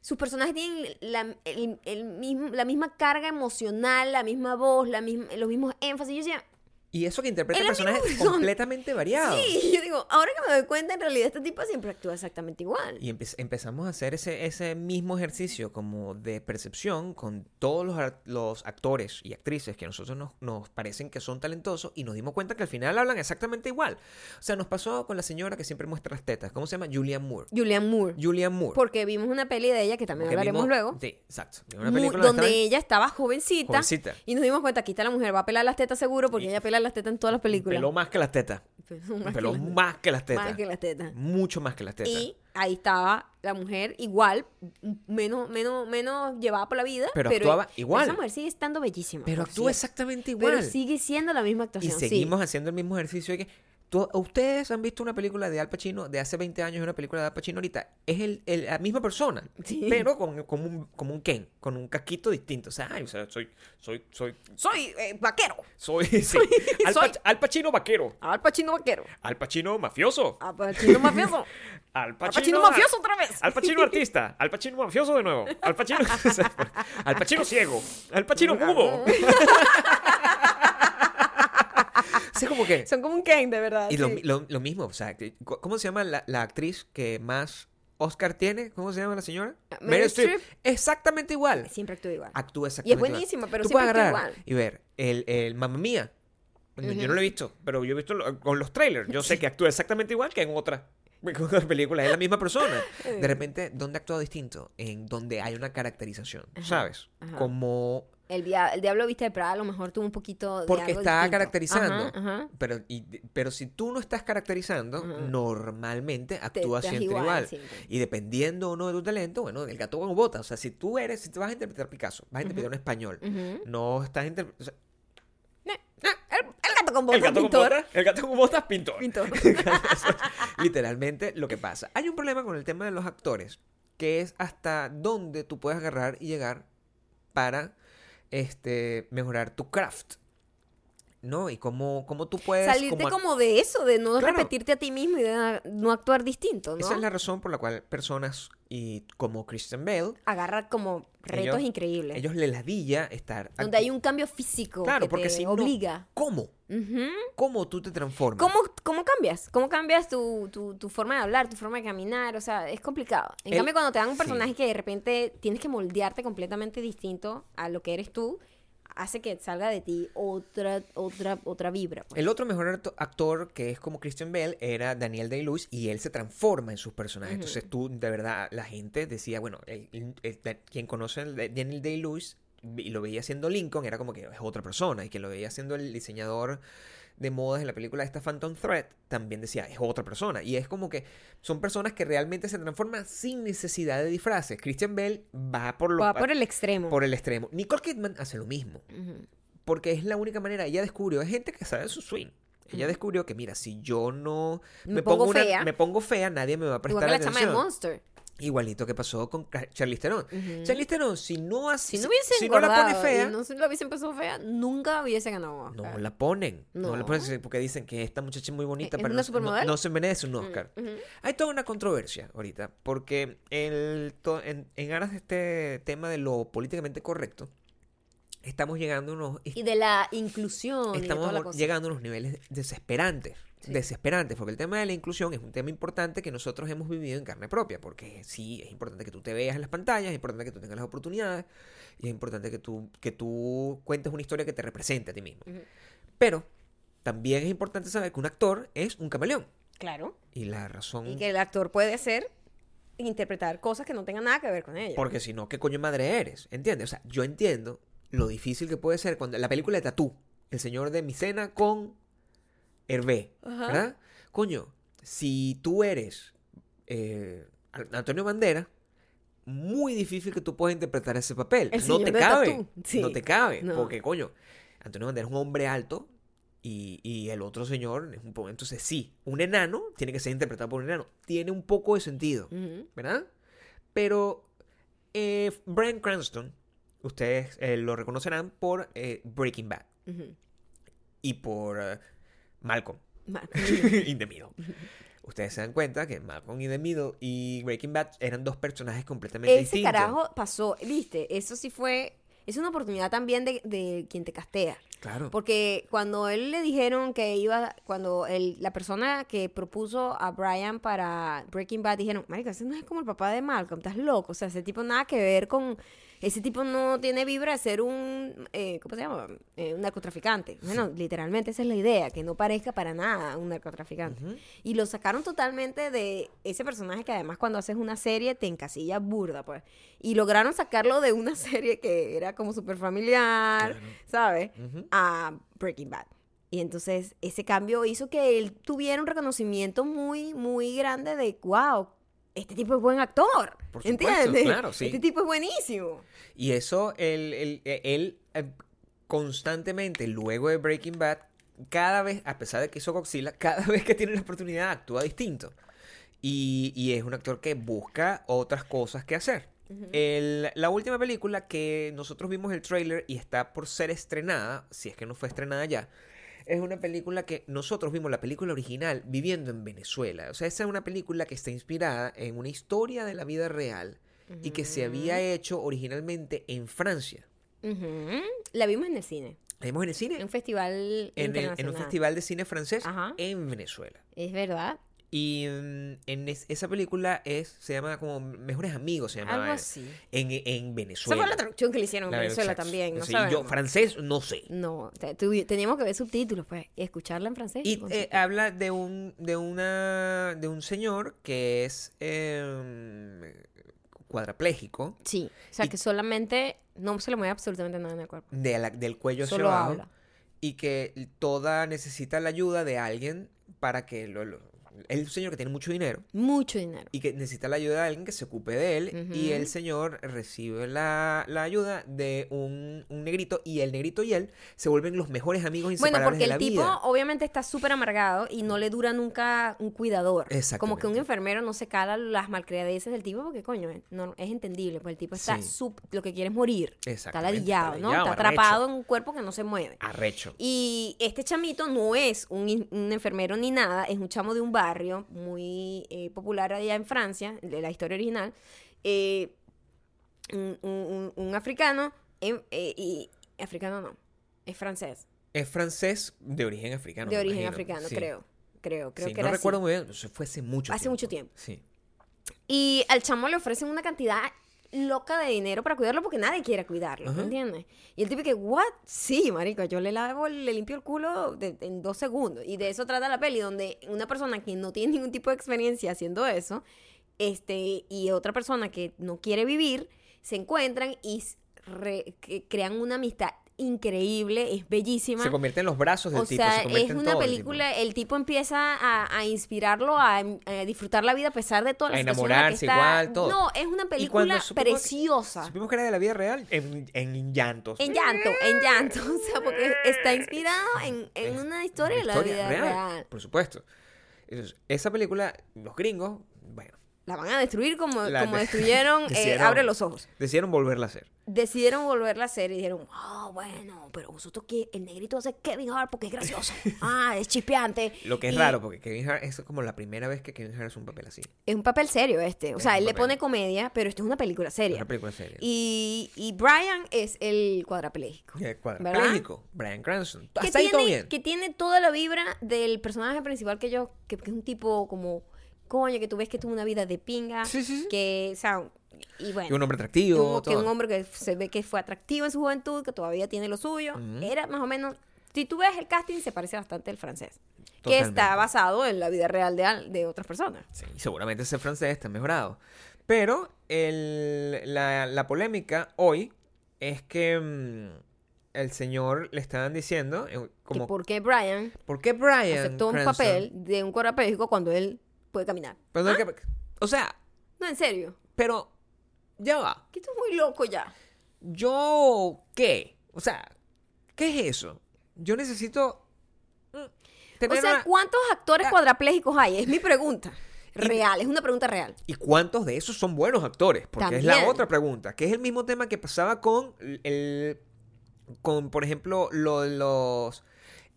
Sus personajes tienen la, el- el mismo- la misma carga emocional, la misma voz, la misma, los mismos énfasis. Yo decía, Y eso que interpreta Es la misma personajes persona. completamente variados. sí, yo digo, ahora que me doy cuenta, en realidad este tipo siempre actúa exactamente igual. Y empe- empezamos a hacer ese, ese mismo ejercicio como de percepción con todos los, ar- los actores y actrices que a nosotros nos, nos parecen que son talentosos y nos dimos cuenta que al final hablan exactamente igual. O sea, nos pasó con la señora que siempre muestra las tetas. ¿Cómo se llama? Julianne Moore. Julianne Moore. Julianne Moore. Porque vimos una peli de ella que también Porque hablaremos vimos- luego. Sí, exacto. De mu- película donde estaba- ella estaba jovencita, Jovencita. y nos dimos cuenta aquí está la mujer va a pelar las tetas seguro porque Y- ella pela las tetas en todas las películas Peló más que las tetas. Peló más que Peló las- más que las tetas. más que las tetas. Mucho más que las tetas. y ahí estaba la mujer igual m- menos menos menos llevada por la vida Pero actuaba igual. esa mujer sigue estando bellísima Pero por actúa cierto. exactamente igual. pero sigue siendo la misma y actuación sí. seguimos haciendo el mismo ejercicio de que tú- ustedes han visto una película de Al Pacino de hace 20 años y una película de Al Pacino ahorita es el, el- la misma persona Sí. pero con, con un, como un Ken con un casquito distinto o sea, ay, o sea, soy soy soy soy eh, vaquero soy, sí. Al, Soy- Pac- Al Pacino vaquero. al pachino vaquero Al Pacino mafioso. al pachino mafioso Al al Pacino, pachino a- mafioso otra vez Al Pacino artista. Al Pacino mafioso de nuevo. Al Pacino, o sea, Al Pacino ciego. Al Pacino mudo. así como que son como un Ken de verdad y lo, sí. lo- lo mismo o sea que- cu- cómo se llama la, la actriz que más Oscar tiene cómo se llama la señora Meryl Streep. exactamente igual siempre actúa igual actúa exactamente igual. buenísima, pero Tú siempre puedes actúa agarrar igual. y ver el, el Mamma Mía. Yo no lo he visto, pero yo he visto lo- con los trailers. Yo sé que actúa exactamente igual que en otra película. Es la misma persona. De repente, ¿dónde actúa distinto? En donde hay una caracterización, ¿sabes? ajá. Como... El, via- el Diablo Viste de Prada a lo mejor tuvo un poquito de Porque algo está distinto. caracterizando. Ajá, ajá. Pero, y- pero si tú no estás caracterizando, normalmente actúas estás siempre igual, igual. siempre. Y dependiendo o no de tu talento, bueno, el gato con botas. O sea, si tú eres, si te vas a interpretar Picasso, vas a interpretar un español, no estás interpretando... Ne- Ah, El, el gato con botas, El gato con pintor. botas. El gato con botas, pintor. Pintor. literalmente lo que pasa. Hay un problema con el tema de los actores, que es hasta dónde tú puedes agarrar y llegar para este, mejorar tu craft. ¿No? Y cómo, cómo tú puedes... Salirte como como, ac- de eso, de no Claro. repetirte a ti mismo y de no actuar distinto, ¿no? Esa es la razón por la cual personas y como Christian Bale, Agarrar como retos Ellos- increíbles. ellos le ladilla estar... donde actu- hay un cambio físico Claro, que porque te si no- obliga. ¿Cómo? Ujú. ¿Cómo tú te transformas? ¿Cómo, ¿Cómo cambias? ¿Cómo cambias tu, tu, tu forma de hablar, tu forma de caminar? O sea, es complicado. En El- cambio, cuando te dan un sí. personaje que de repente tienes que moldearte completamente distinto a lo que eres tú, hace que salga de ti otra, otra, otra vibra. pues. El otro mejor acto- actor que es como Christian Bell era Daniel Day-Lewis y él se transforma en sus personajes. Entonces tú, de verdad, la gente decía, bueno, el- el- el- quien conoce a Daniel Day-Lewis y lo veía siendo Lincoln era como que es otra persona y quien lo veía siendo el diseñador de modas en la película esta Phantom Thread también decía es otra persona y es como que son personas que realmente se transforman sin necesidad de disfraces Christian Bell va por lo Va por el extremo. por el extremo Nicole Kidman hace lo mismo Ujú. porque es la única manera. Ella descubrió, hay gente que sabe su swing. Ella descubrió que, mira, si yo no Me pongo una- fea. me pongo fea, nadie me va a Igual prestar que la chama de atención. Monster. Igualito que pasó con Ca- Charlize Theron. Charlize Theron, si no hace, Si no hubiese si no la pone engordado fea, y no se la hubiese empezado fea, nunca hubiese ganado un Oscar. no la ponen. No. No. la ponen porque dicen que esta muchacha es muy bonita, Es una Mm. pero no, no- supermodel. no se merece un Oscar. Hay toda una controversia ahorita, porque el, to- en, en aras de este tema de lo políticamente correcto, estamos llegando a unos Y de la inclusión y de toda la estamos cosa. llegando a unos niveles desesperantes. Desesperantes, porque el tema de la inclusión es un tema importante que nosotros hemos vivido en carne propia, porque sí, es importante que tú te veas en las pantallas, es importante que tú tengas las oportunidades, y es importante que tú, que tú cuentes una historia que te represente a ti mismo. Pero también es importante saber que un actor es un camaleón, Claro. y la razón... Y que el actor puede ser interpretar cosas que no tengan nada que ver con ella. Porque si no, ¿qué coño madre eres? ¿Entiendes? O sea, yo entiendo lo difícil que puede ser cuando la película de Tatú, el señor de Micena con Hervé, Ajá. ¿verdad? Coño, si tú eres eh, Antonio Bandera, muy difícil que tú puedas interpretar ese papel. El no señor te de cabe. Tatú, sí. No te cabe. No. Porque, coño, Antonio Bandera es un hombre alto y, y el otro señor es un poco. Entonces, sí, un enano tiene que ser interpretado por un enano. Tiene un poco de sentido. Ujú. ¿verdad? Pero eh, Bryan Cranston, ustedes eh, lo reconocerán por eh, Breaking Bad Ujú. y por eh, Malcolm Ma- y The Middle. Ustedes se dan cuenta que Malcolm y The Middle y Breaking Bad eran dos personajes completamente Ese distintos. carajo pasó, viste, eso sí fue, es una oportunidad también de, de quien te castea. Claro. Porque cuando él le dijeron que iba, cuando el- la persona que propuso a Brian para Breaking Bad dijeron, marica, ese no es como el papá de Malcolm, estás loco, o sea, ese tipo nada que ver con, ese tipo no tiene vibra de ser un, eh, ¿cómo se llama? Eh, un narcotraficante. Bueno, literalmente esa es la idea, que no parezca para nada un narcotraficante. Y lo sacaron totalmente de ese personaje que además cuando haces una serie te encasilla burda, pues. Y lograron sacarlo de una serie que era como súper familiar, ¿sabes? A Breaking Bad. Y entonces ese cambio hizo que él tuviera un reconocimiento muy, muy grande de, wow, este tipo es buen actor. Por supuesto, ¿Entiendes? claro, sí. Este tipo es buenísimo. Y eso, él, él- eh, él, eh, constantemente, luego de Breaking Bad, cada vez, a pesar de que hizo Godzilla, cada vez que tiene la oportunidad actúa distinto. Y, y es un actor que busca otras cosas que hacer. El- la última película que nosotros vimos el tráiler y está por ser estrenada, si es que no fue estrenada ya, es una película que nosotros vimos la película original viviendo en Venezuela. O sea, esa es una película que está inspirada en una historia de la vida real y que se había hecho originalmente en Francia. Ujú. La vimos en el cine, La vimos en en el cine, un festival en, el- en internacional. un festival de cine francés Ajá. en Venezuela. Es verdad, Y mm, en es- esa película es, se llama como Mejores Amigos, se llama algo así. En, en Esa Venezuela. fue la traducción que le hicieron en La- Venezuela exacto. también, no Sí, sabemos. yo francés no sé. No, te- tuvi- teníamos que ver subtítulos, pues, y escucharla en francés. Y con eh, subtítulos. habla de un, de una, de un señor que es eh, cuadrapléjico, sí, o sea, y- que solamente no se le mueve absolutamente nada en el cuerpo. de la- del cuello hacia Solo abajo, habla. y que toda necesita la ayuda de alguien para que lo, lo- es un señor que tiene mucho dinero Mucho dinero. y que necesita la ayuda de alguien que se ocupe de él y Ujú. el señor recibe la, la ayuda de un, un negrito y el negrito y él se vuelven los mejores amigos Bueno, inseparables porque de el la tipo vida. obviamente está súper amargado y no le dura nunca un cuidador. Como que un Exactamente. enfermero no se cala las malcriadeces del tipo porque, coño, eh, no, es entendible. Pues el tipo está Sí. sub- lo que quiere es morir. Está Exactamente, ladillado, está ¿no? ladillado, Está arrecho. atrapado en un cuerpo que no se mueve. Arrecho. Y este chamito no es un, in- un enfermero ni nada, es un chamo de un barrio muy eh, popular allá en Francia, de la historia original, eh, un, un- un- un africano, em- eh, y africano no, es francés, Es francés de origen africano. de me origen imagino. africano, Sí. creo, creo, creo Sí, que no era así. recuerdo muy bien, eso fue hace mucho Hace tiempo. mucho tiempo. Sí. Y al chamo le ofrecen una cantidad loca de dinero para cuidarlo porque nadie quiere cuidarlo, Ajá. ¿me entiendes? Y el tipo que, ¿what? Sí, marico, yo le lavo, le limpio el culo de- en dos segundos. Y de eso trata la peli, donde una persona que no tiene ningún tipo de experiencia haciendo eso, este, y otra persona que no quiere vivir, se encuentran y s- re- que crean una amistad increíble, es bellísima. Se convierte en los brazos del O tipo. se sea, convierte es en una todo el película, el tipo, empieza a, a inspirarlo a, a disfrutar la vida a pesar de todas A las enamorarse igual, todo. No, es una tipo. Y cuando película supimos que- preciosa. supimos que era de la vida real, en, en llantos. En llanto, en llanto. O sea, porque está inspirado en, en una historia de la vida real. Por supuesto. Entonces, esa película, los gringos, bueno, La van a destruir como, La- como destruyeron eh, decidieron- Abre los ojos. decidieron volverla a hacer. Decidieron volverla a hacer y dijeron, oh, bueno, pero vosotros que el negrito hace Kevin Hart porque es gracioso. Ah, es chispeante. Lo que es Y- raro, porque Kevin Hart es como la primera vez que Kevin Hart hace un papel así. Es un papel serio este. O Es sea, un él le papel. pone comedia, pero esto es una película Es seria. una película seria. Y, y Brian es el cuadrapléjico. Eh, ¿verdad? Cuadrapléjico, Brian Cranston. Que Hasta ahí todo tiene, bien. que tiene toda la vibra del personaje principal que yo, que, que es un tipo como, coño, que tú ves que tuvo una vida de pinga. Sí, sí, sí. Que, o sea, y bueno. Y un hombre atractivo. un- que un todo. hombre que se ve que fue atractivo en su juventud, que todavía tiene lo suyo. Ujú. Era más o menos. Si tú ves el casting, se parece bastante al francés. que está Totalmente. basado en la vida real de, al- de otras personas. Sí, seguramente ese francés está mejorado. Pero el- la, la polémica hoy es que mm, el señor le estaban diciendo, eh, Que como, ¿Por qué Brian ¿por qué Brian aceptó un Cranston- papel Ah. de un cuadrapléjico cuando él puede caminar? Perdón, que- o sea, No, en serio. pero ya va. Que esto es muy loco ya. ¿Yo qué? O sea, ¿qué es eso? Yo necesito... mm, O tener sea, una- ¿cuántos actores Ah. cuadraplégicos hay? Es mi pregunta. Y- Real, es una pregunta real. ¿Y cuántos de esos son buenos actores? Porque es la También. otra pregunta, que es el mismo tema que pasaba con el, con por ejemplo lo- los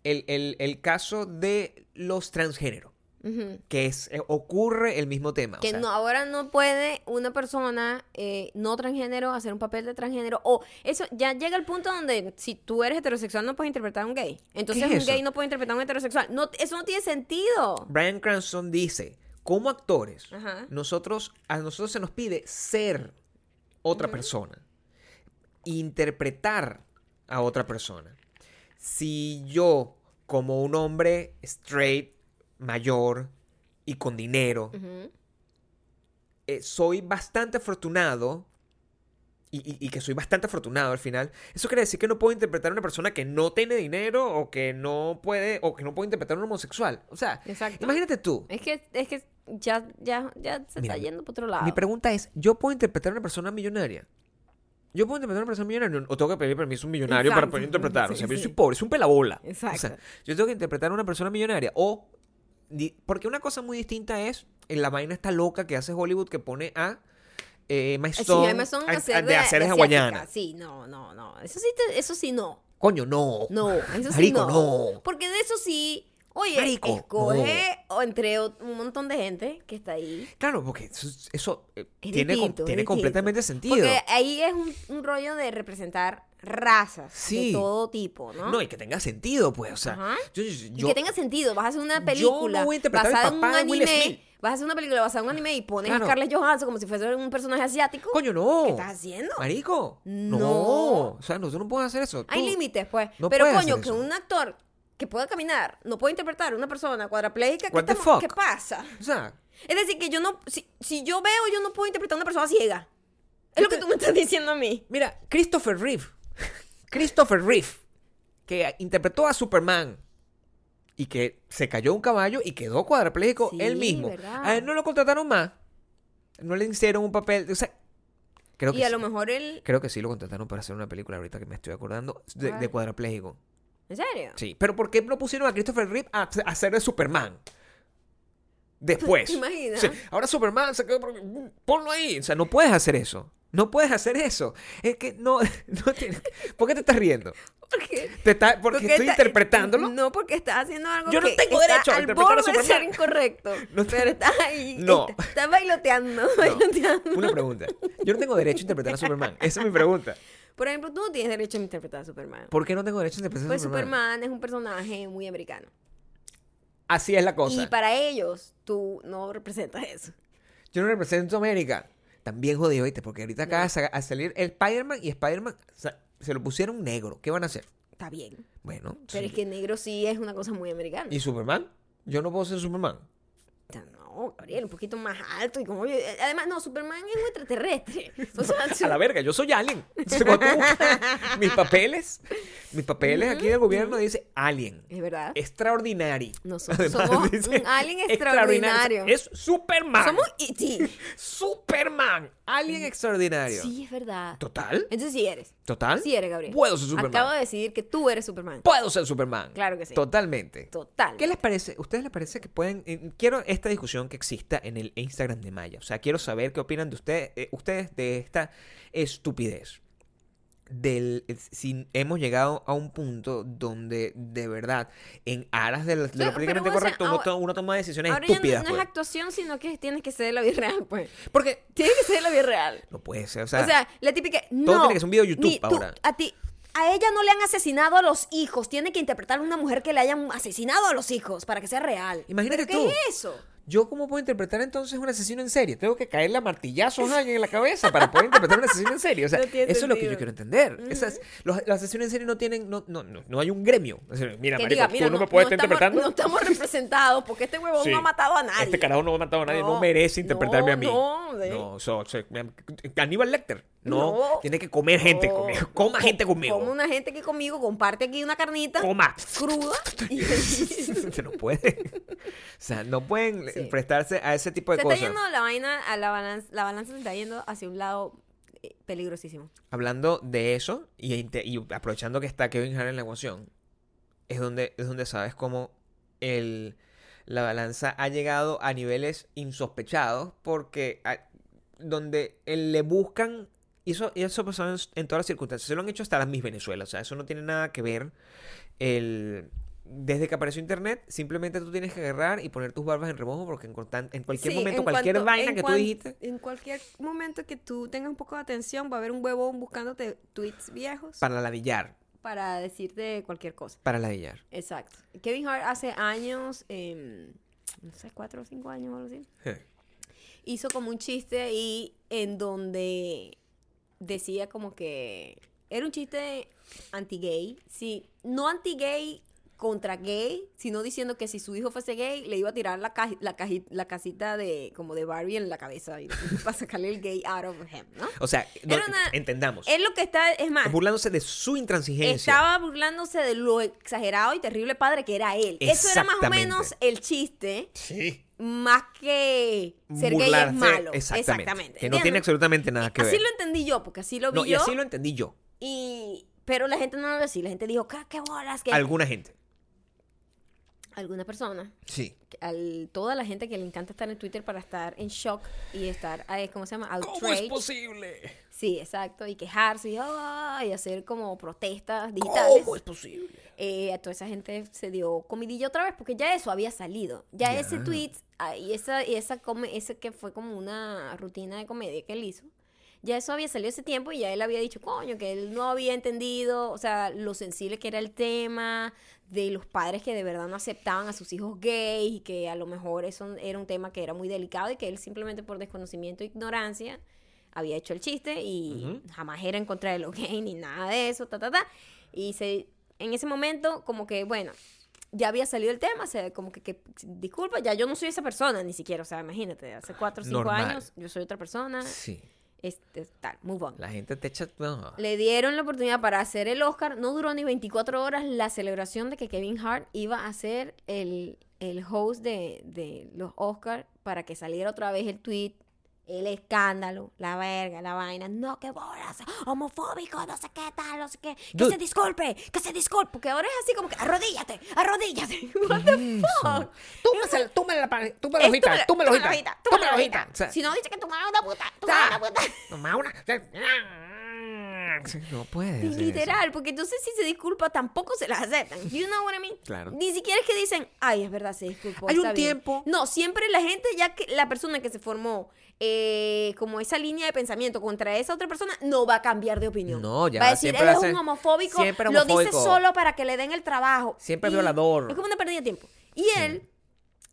el, el- el caso de los transgéneros, Ujú. que es eh, ocurre el mismo tema. o Que sea, no, ahora no puede una persona eh, no transgénero hacer un papel de transgénero. O eso ya llega al punto donde si tú eres heterosexual no puedes interpretar a un gay. Entonces es un eso? gay no puede interpretar a un heterosexual. No, eso no tiene sentido. Bryan Cranston dice, como actores, Ajá. nosotros a nosotros se nos pide ser otra persona, interpretar a otra persona. Si yo como un hombre straight, mayor y con dinero, Ujú. eh, soy bastante afortunado y, y- y que soy bastante afortunado al final, eso quiere decir que no puedo interpretar a una persona que no tiene dinero o que no puede o que no puedo interpretar a un homosexual. O sea, Exacto. imagínate tú. Es que, es que ya, ya, ya se Mira, está yendo por otro lado. Mi pregunta es, ¿yo puedo interpretar a una persona millonaria? ¿Yo puedo interpretar a una persona millonaria? ¿O tengo que pedir permiso a un millonario para Exacto. poder interpretar? O Sí, sea, yo sí. soy pobre, soy un pelabola. O sea, Exacto. yo tengo que interpretar a una persona millonaria. O, di- porque una cosa muy distinta es en la vaina esta loca que hace Hollywood que pone a eh, Emma Sí, Stone además son a- a- hacer de hacer es asiática. hawaiana. Sí, no, no, no. Eso sí, te- eso sí no. Coño, no. No, eso sí Marico, no. no. Porque de eso sí, oye, Marico, escoge o entre o- un montón de gente que está ahí. Claro, porque eso, eso, eh, Es tiene, com- distinto, es tiene distinto. completamente sentido. Porque ahí es un, un rollo de representar razas Sí. de todo tipo, ¿no? No, y que tenga sentido, pues. O sea, Ajá. yo- yo- Y yo- que tenga sentido, vas a hacer una no película voy a interpretar al basada en un papá de Will Smith. anime, vas a hacer una película basada en un anime y pones Claro. a Scarlett Johansson como si fuese un personaje asiático. Coño, no. ¿Qué estás haciendo? Marico. No. No. O sea, no, tú no puedes hacer eso. Hay Tú- límites, pues. no Pero puedes coño, hacer que eso. un actor que pueda caminar no puede interpretar a una persona cuadraplégica, ¿qué, What the estamos- fuck? ¿qué pasa? O sea, Es decir, que yo no, si, si yo veo, yo no puedo interpretar a una persona ciega. Es lo que tú me estás diciendo a mí. mira, Christopher Reeve. Christopher Reeve. Que interpretó a Superman. Y que se cayó un caballo y quedó cuadrapléjico Sí, él mismo. ¿verdad? A él no lo contrataron más. No le hicieron un papel. O sea, creo que Y a sí. lo mejor él, Creo que sí lo contrataron para hacer una película ahorita que me estoy acordando de, de Ay. cuadrapléjico. ¿en serio? Sí, pero ¿por qué no pusieron a Christopher Reeve a, a hacer de Superman? Después. ¿Te imaginas? Sí, ahora Superman se quedó. por- Ponlo ahí. O sea, no puedes hacer eso. No puedes hacer eso. Es que no. no tienes- ¿Por qué te estás riendo? Porque, Te está- porque estoy está- interpretándolo. No, porque estás haciendo algo Yo no que tengo está derecho a al interpretar a borde de ser Superman. incorrecto. No te- pero estás ahí, No. estás bailoteando, bailoteando. Una pregunta. Yo no tengo derecho a interpretar a Superman. Esa es mi pregunta. Por ejemplo, tú no tienes derecho a interpretar a Superman. ¿Por qué no tengo derecho a interpretar a Pues Superman? Superman es un personaje muy americano. Así es la cosa. Y para ellos, tú no representas eso. Yo no represento a América. También jodido, ¿viste? Porque ahorita acaba de sa- a salir el Spider-Man y Spider-Man sa- se lo pusieron negro. ¿Qué van a hacer? Está bien. Bueno. Pero sí. es que negro sí es una cosa muy americana. ¿Y Superman? Yo no puedo ser Superman. O sea, No, Gabriel, un poquito más alto. y como yo- Además, no, Superman es un extraterrestre. O sea, A la verga, yo soy alien. Entonces, cuando tú buscas mis papeles, mis papeles aquí del gobierno dice alien. es verdad. Extraordinary. Nosotros Además, somos dice, un alien extraordinario. Es Superman. Somos E.T. Superman. Alien extraordinario. Sí, es verdad. ¿Total? Entonces sí eres. ¿Total? Sí eres, Gabriel. Puedo ser Superman. Acabo de decidir que tú eres Superman. Puedo ser Superman. Claro que sí. Totalmente. Total. ¿Qué les parece? ¿Ustedes les parece que pueden? eh, quiero esta discusión que exista en el Instagram de Maya. O sea, quiero saber qué opinan de ustedes, eh, ustedes de esta estupidez. Del, eh, si hemos llegado a un punto donde de verdad, en aras de lo, de lo Pero- políticamente pero, o sea, correcto, uno, ahora- to- uno toma decisiones Ahora ya estúpidas. no, no es pues. actuación, sino que tienes que ser la vida real, pues. Porque Tienes que ser la vida real. no puede ser. O sea, O sea, la típica. No, tiene que ser un video de YouTube ni tú- ahora. A ti. A ella no le han asesinado a los hijos. Tiene que interpretar a una mujer que le hayan asesinado a los hijos para que sea real. Imagínate ¿Pero tú. ¿Qué es eso? ¿Yo cómo puedo interpretar entonces un asesino en serie? Tengo que caerle a martillazos a alguien en la cabeza para poder interpretar un asesino en serie. O sea, No eso tiene es lo que yo sentido. quiero entender. Esas, los, los asesinos en serie no tienen, no, no, no, no hay un gremio. O sea, mira, Que marico, diga, tú mira, no, me puedes estar estamos- interpretando. No estamos representados porque este huevón Sí. no ha matado a nadie. Este carajo no ha matado a nadie, no, No, merece interpretarme a mí. no, de- No, so- so- me- Aníbal Lecter. No, eh? No. tiene que comer gente No. conmigo. Coma gente conmigo. Como una gente que conmigo comparte aquí una carnita Coma. cruda. Y... Se no puede. O sea, no pueden Sí. prestarse a ese tipo de se está cosas. yendo la vaina, a la balanza, la balanza se está yendo hacia un lado eh, peligrosísimo. Hablando de eso y, inte- y aprovechando que está Kevin Hart en la ecuación, es donde, es donde sabes cómo el, la balanza ha llegado a niveles insospechados porque a- donde el- le buscan... Y eso, y eso ha pasado en, s- en todas las circunstancias. Se lo han hecho hasta las mis Venezuela. O sea, eso no tiene nada que ver. El, desde que apareció Internet, simplemente tú tienes que agarrar y poner tus barbas en remojo porque en, constan- en cualquier Sí, momento, en cualquier cuanto- vaina en que tú cuan- dijiste... En cualquier momento que tú tengas un poco de atención, va a haber un huevón buscándote tweets viejos Para ladillar. para decirte cualquier cosa. Para ladillar. Exacto. Kevin Hart hace años, em, no sé, cuatro o cinco años o algo así, hizo como un chiste ahí en donde decía como que era un chiste anti-gay, sí, no anti-gay contra gay, sino diciendo que si su hijo fuese gay le iba a tirar la caji- la, caji- la casita de como de Barbie en la cabeza y- para sacarle el gay out of him, ¿no? O sea, no, Era una- entendamos. Es lo que está, es más, burlándose de su intransigencia. estaba burlándose de lo exagerado y terrible padre que era él. Eso era más o Exactamente. menos el chiste, Sí. más que ser gay es Burlarse, malo. Exactamente. Que no ¿entiendes? tiene absolutamente nada que así ver. lo entendí yo, porque así lo vi no, y yo. así lo entendí yo. Y... Pero la gente no lo decía. La gente dijo, "Ca- ¿qué bolas? Que Alguna gente. Alguna persona, Sí. que- al- toda la gente que le encanta estar en Twitter para estar en shock y estar, eh, ¿cómo se llama? Outrage. posible? Sí, exacto. Y quejarse y, "Ah", y hacer como protestas digitales. posible? Eh, a toda esa gente se dio comidilla otra vez porque ya eso había salido. Ya Ya. ese tweet ah, y esa, y esa come- ese que fue como una rutina de comedia que él hizo, ya eso había salido ese tiempo y ya él había dicho, coño, que él no había entendido, o sea, lo sensible que era el tema de los padres que de verdad no aceptaban a sus hijos gays y que a lo mejor eso era un tema que era muy delicado y que él simplemente por desconocimiento e ignorancia había hecho el chiste y jamás era en contra de los gays ni nada de eso, ta, ta, ta. Y se, en ese momento, como que, bueno, ya había salido el tema, se, como que, que, disculpa, ya yo no soy esa persona ni siquiera, o sea, imagínate, hace cuatro o cinco Normal. años yo soy otra persona, Sí. este, tal, move on. La gente te echa. No. Le dieron la oportunidad para hacer el Oscar, no duró ni 24 horas la celebración de que Kevin Hart iba a ser el, el host de, de los Oscars para que saliera otra vez el tweet. El escándalo, la verga, la vaina, no, que bolas, homofóbico, no sé qué tal, no sé qué, que Dude. se disculpe, que se disculpe, porque ahora es así como que arrodíllate, arrodíllate, what the fuck. Túmala, túmala, pa- túmala, Es, hojita, túmala, túmala, túmala, hojita, túmala, hojita. hojita. O sea, Si no dice que tu mamá es una puta, tu mamá es una puta. no, Maura. ah. Sí, No puedes. hacer eso. Literal, porque entonces si se disculpa tampoco se las aceptan. You know what I mean? Claro. Ni siquiera es que dicen, ay, es verdad, se disculpó. Hay está un bien". tiempo. No, siempre la gente, ya que la persona que se formó eh, como esa línea de pensamiento contra esa otra persona, no va a cambiar de opinión. No, ya Va a decir, siempre él va a es un ser- homofóbico, siempre lo dice homofóbico. solo para que le den el trabajo. Siempre Y violador. Es como una pérdida de tiempo. Y él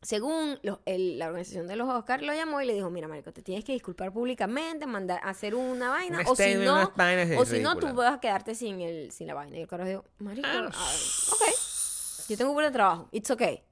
según los- el- la organización de los Oscars lo llamó y le dijo, mira, Marico, te tienes que disculpar públicamente, mandar hacer una vaina, Un o si statement, no, unas vainas o si no, ridículas. tú vas a quedarte sin, el, sin la vaina. Y el carajo dijo, Ah, Marico, a ver, ok, yo tengo un buen trabajo, it's okay.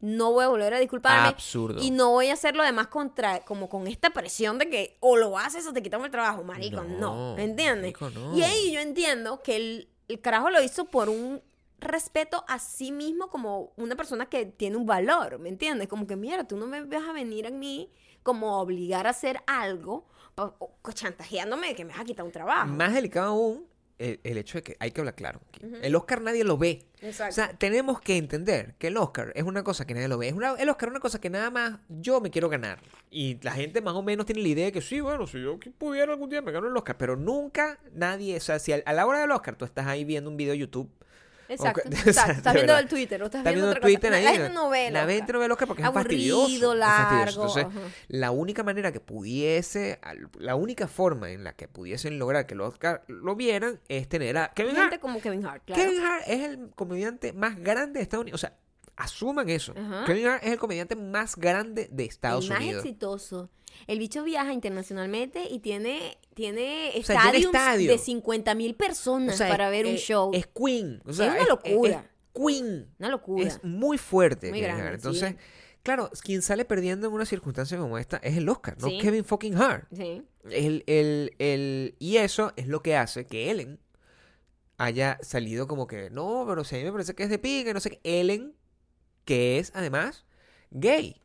No voy a volver a disculparme. Absurdo. Y no voy a hacerlo además contra, como con esta presión de que o lo haces o te quitamos el trabajo, marico. No, No, ¿entiendes? marico, no. Y ahí yo entiendo que el, el carajo lo hizo por un respeto a sí mismo como una persona que tiene un valor, ¿me entiendes? Como que, mira, tú no me vas a venir a mí como a obligar a hacer algo pa- o- o chantajeándome de que me vas a quitar un trabajo. Más delicado aún el, el hecho de que hay que hablar claro. aquí. El Oscar nadie lo ve. Exacto. O sea, tenemos que entender que el Oscar es una cosa que nadie lo ve. Es una- el Oscar es una cosa que nada más yo me quiero ganar. Y la gente más o menos tiene la idea de que sí, bueno, si yo que pudiera algún día me gano el Oscar. Pero nunca nadie, o sea, si al- a la hora del Oscar tú estás ahí viendo un video de YouTube. Exacto, Ok, o sea, exacto. de Estás viendo verdad. el Twitter, o estás Está viendo viendo otra Twitter cosa. ahí. la gente no ve. La loca. gente no ve el Oscar porque Aburrido, es fastidioso. es fastidioso. largo, Entonces, ajá. la única manera que pudiese, al- la única forma en la que pudiesen lograr que el Oscar lo vieran es tener a Kevin Hart. Gente como Kevin Hart, claro. Kevin Hart es el comediante más grande de Estados Unidos. O sea, Asuman eso. Ajá. Kevin Hart es el comediante más grande de Estados el más Unidos. exitoso. El bicho viaja internacionalmente y tiene, tiene sea, llena estadios estadio. de 50 mil personas para ver un es- show. Es Queen. O sea, Es una locura. es Queen. una locura. Es muy fuerte. Muy Kevin grande, Hart. Entonces, claro, quien sale perdiendo en una circunstancia como esta es el Oscar, no Sí. Kevin fucking Hart. Sí. El- el- el- y eso es lo que hace que Ellen haya salido como que, no, pero si a mí me parece que es de pica, no sé qué. Ellen, que es además gay.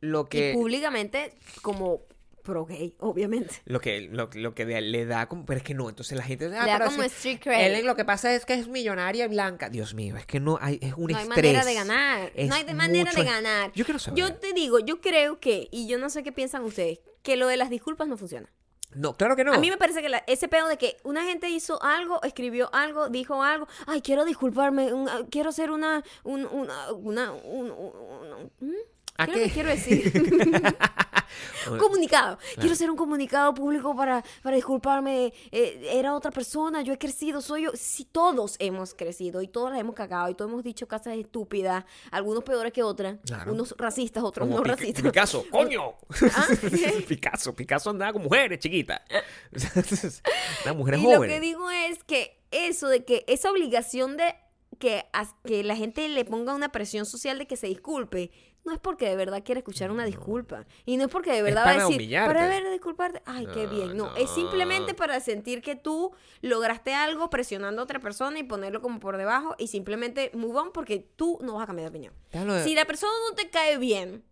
Lo Y que, públicamente como pro gay, obviamente. lo que, lo, lo que le da como, pero es que no, entonces la gente... "Ah, Le da pero como si- street cred. Ellen lo que pasa es que es millonaria y blanca. Dios mío, es que no hay, es un No hay estrés. manera de ganar. Es no hay de manera mucho de es- ganar. Yo quiero saber. Yo te digo, yo creo que, y yo no sé qué piensan ustedes, que lo de las disculpas no funciona. No, claro que no. A mí me parece que la- ese pedo de que una gente hizo algo, escribió algo, dijo algo, ay, quiero disculparme, un- ah, quiero ser una, un- una, una, un- un- un- ¿Mm? ¿A ¿Qué es lo qué? que quiero decir? Un comunicado. Quiero hacer un comunicado público para, para disculparme. eh, era otra persona, yo he crecido, soy yo. Sí, todos hemos crecido y todos las hemos cagado y todos hemos dicho cosas estúpidas, algunos peores que otras, Claro. unos racistas, otros Como no Pic- racistas. Picasso, coño. Ah, Picasso, Picasso andaba con mujeres chiquitas. Una mujer Y joven. lo que digo es que eso de que esa obligación de que, as- que la gente le ponga una presión social de que se disculpe, no es porque de verdad quiera escuchar una disculpa. Y no es porque de verdad va a para decir, humillarte. para ver, disculparte. Ay, qué bien. No, es simplemente para sentir que tú lograste algo presionando a otra persona y ponerlo como por debajo y simplemente move on porque tú no vas a cambiar de opinión. Te hablo de- Si la persona no te cae bien,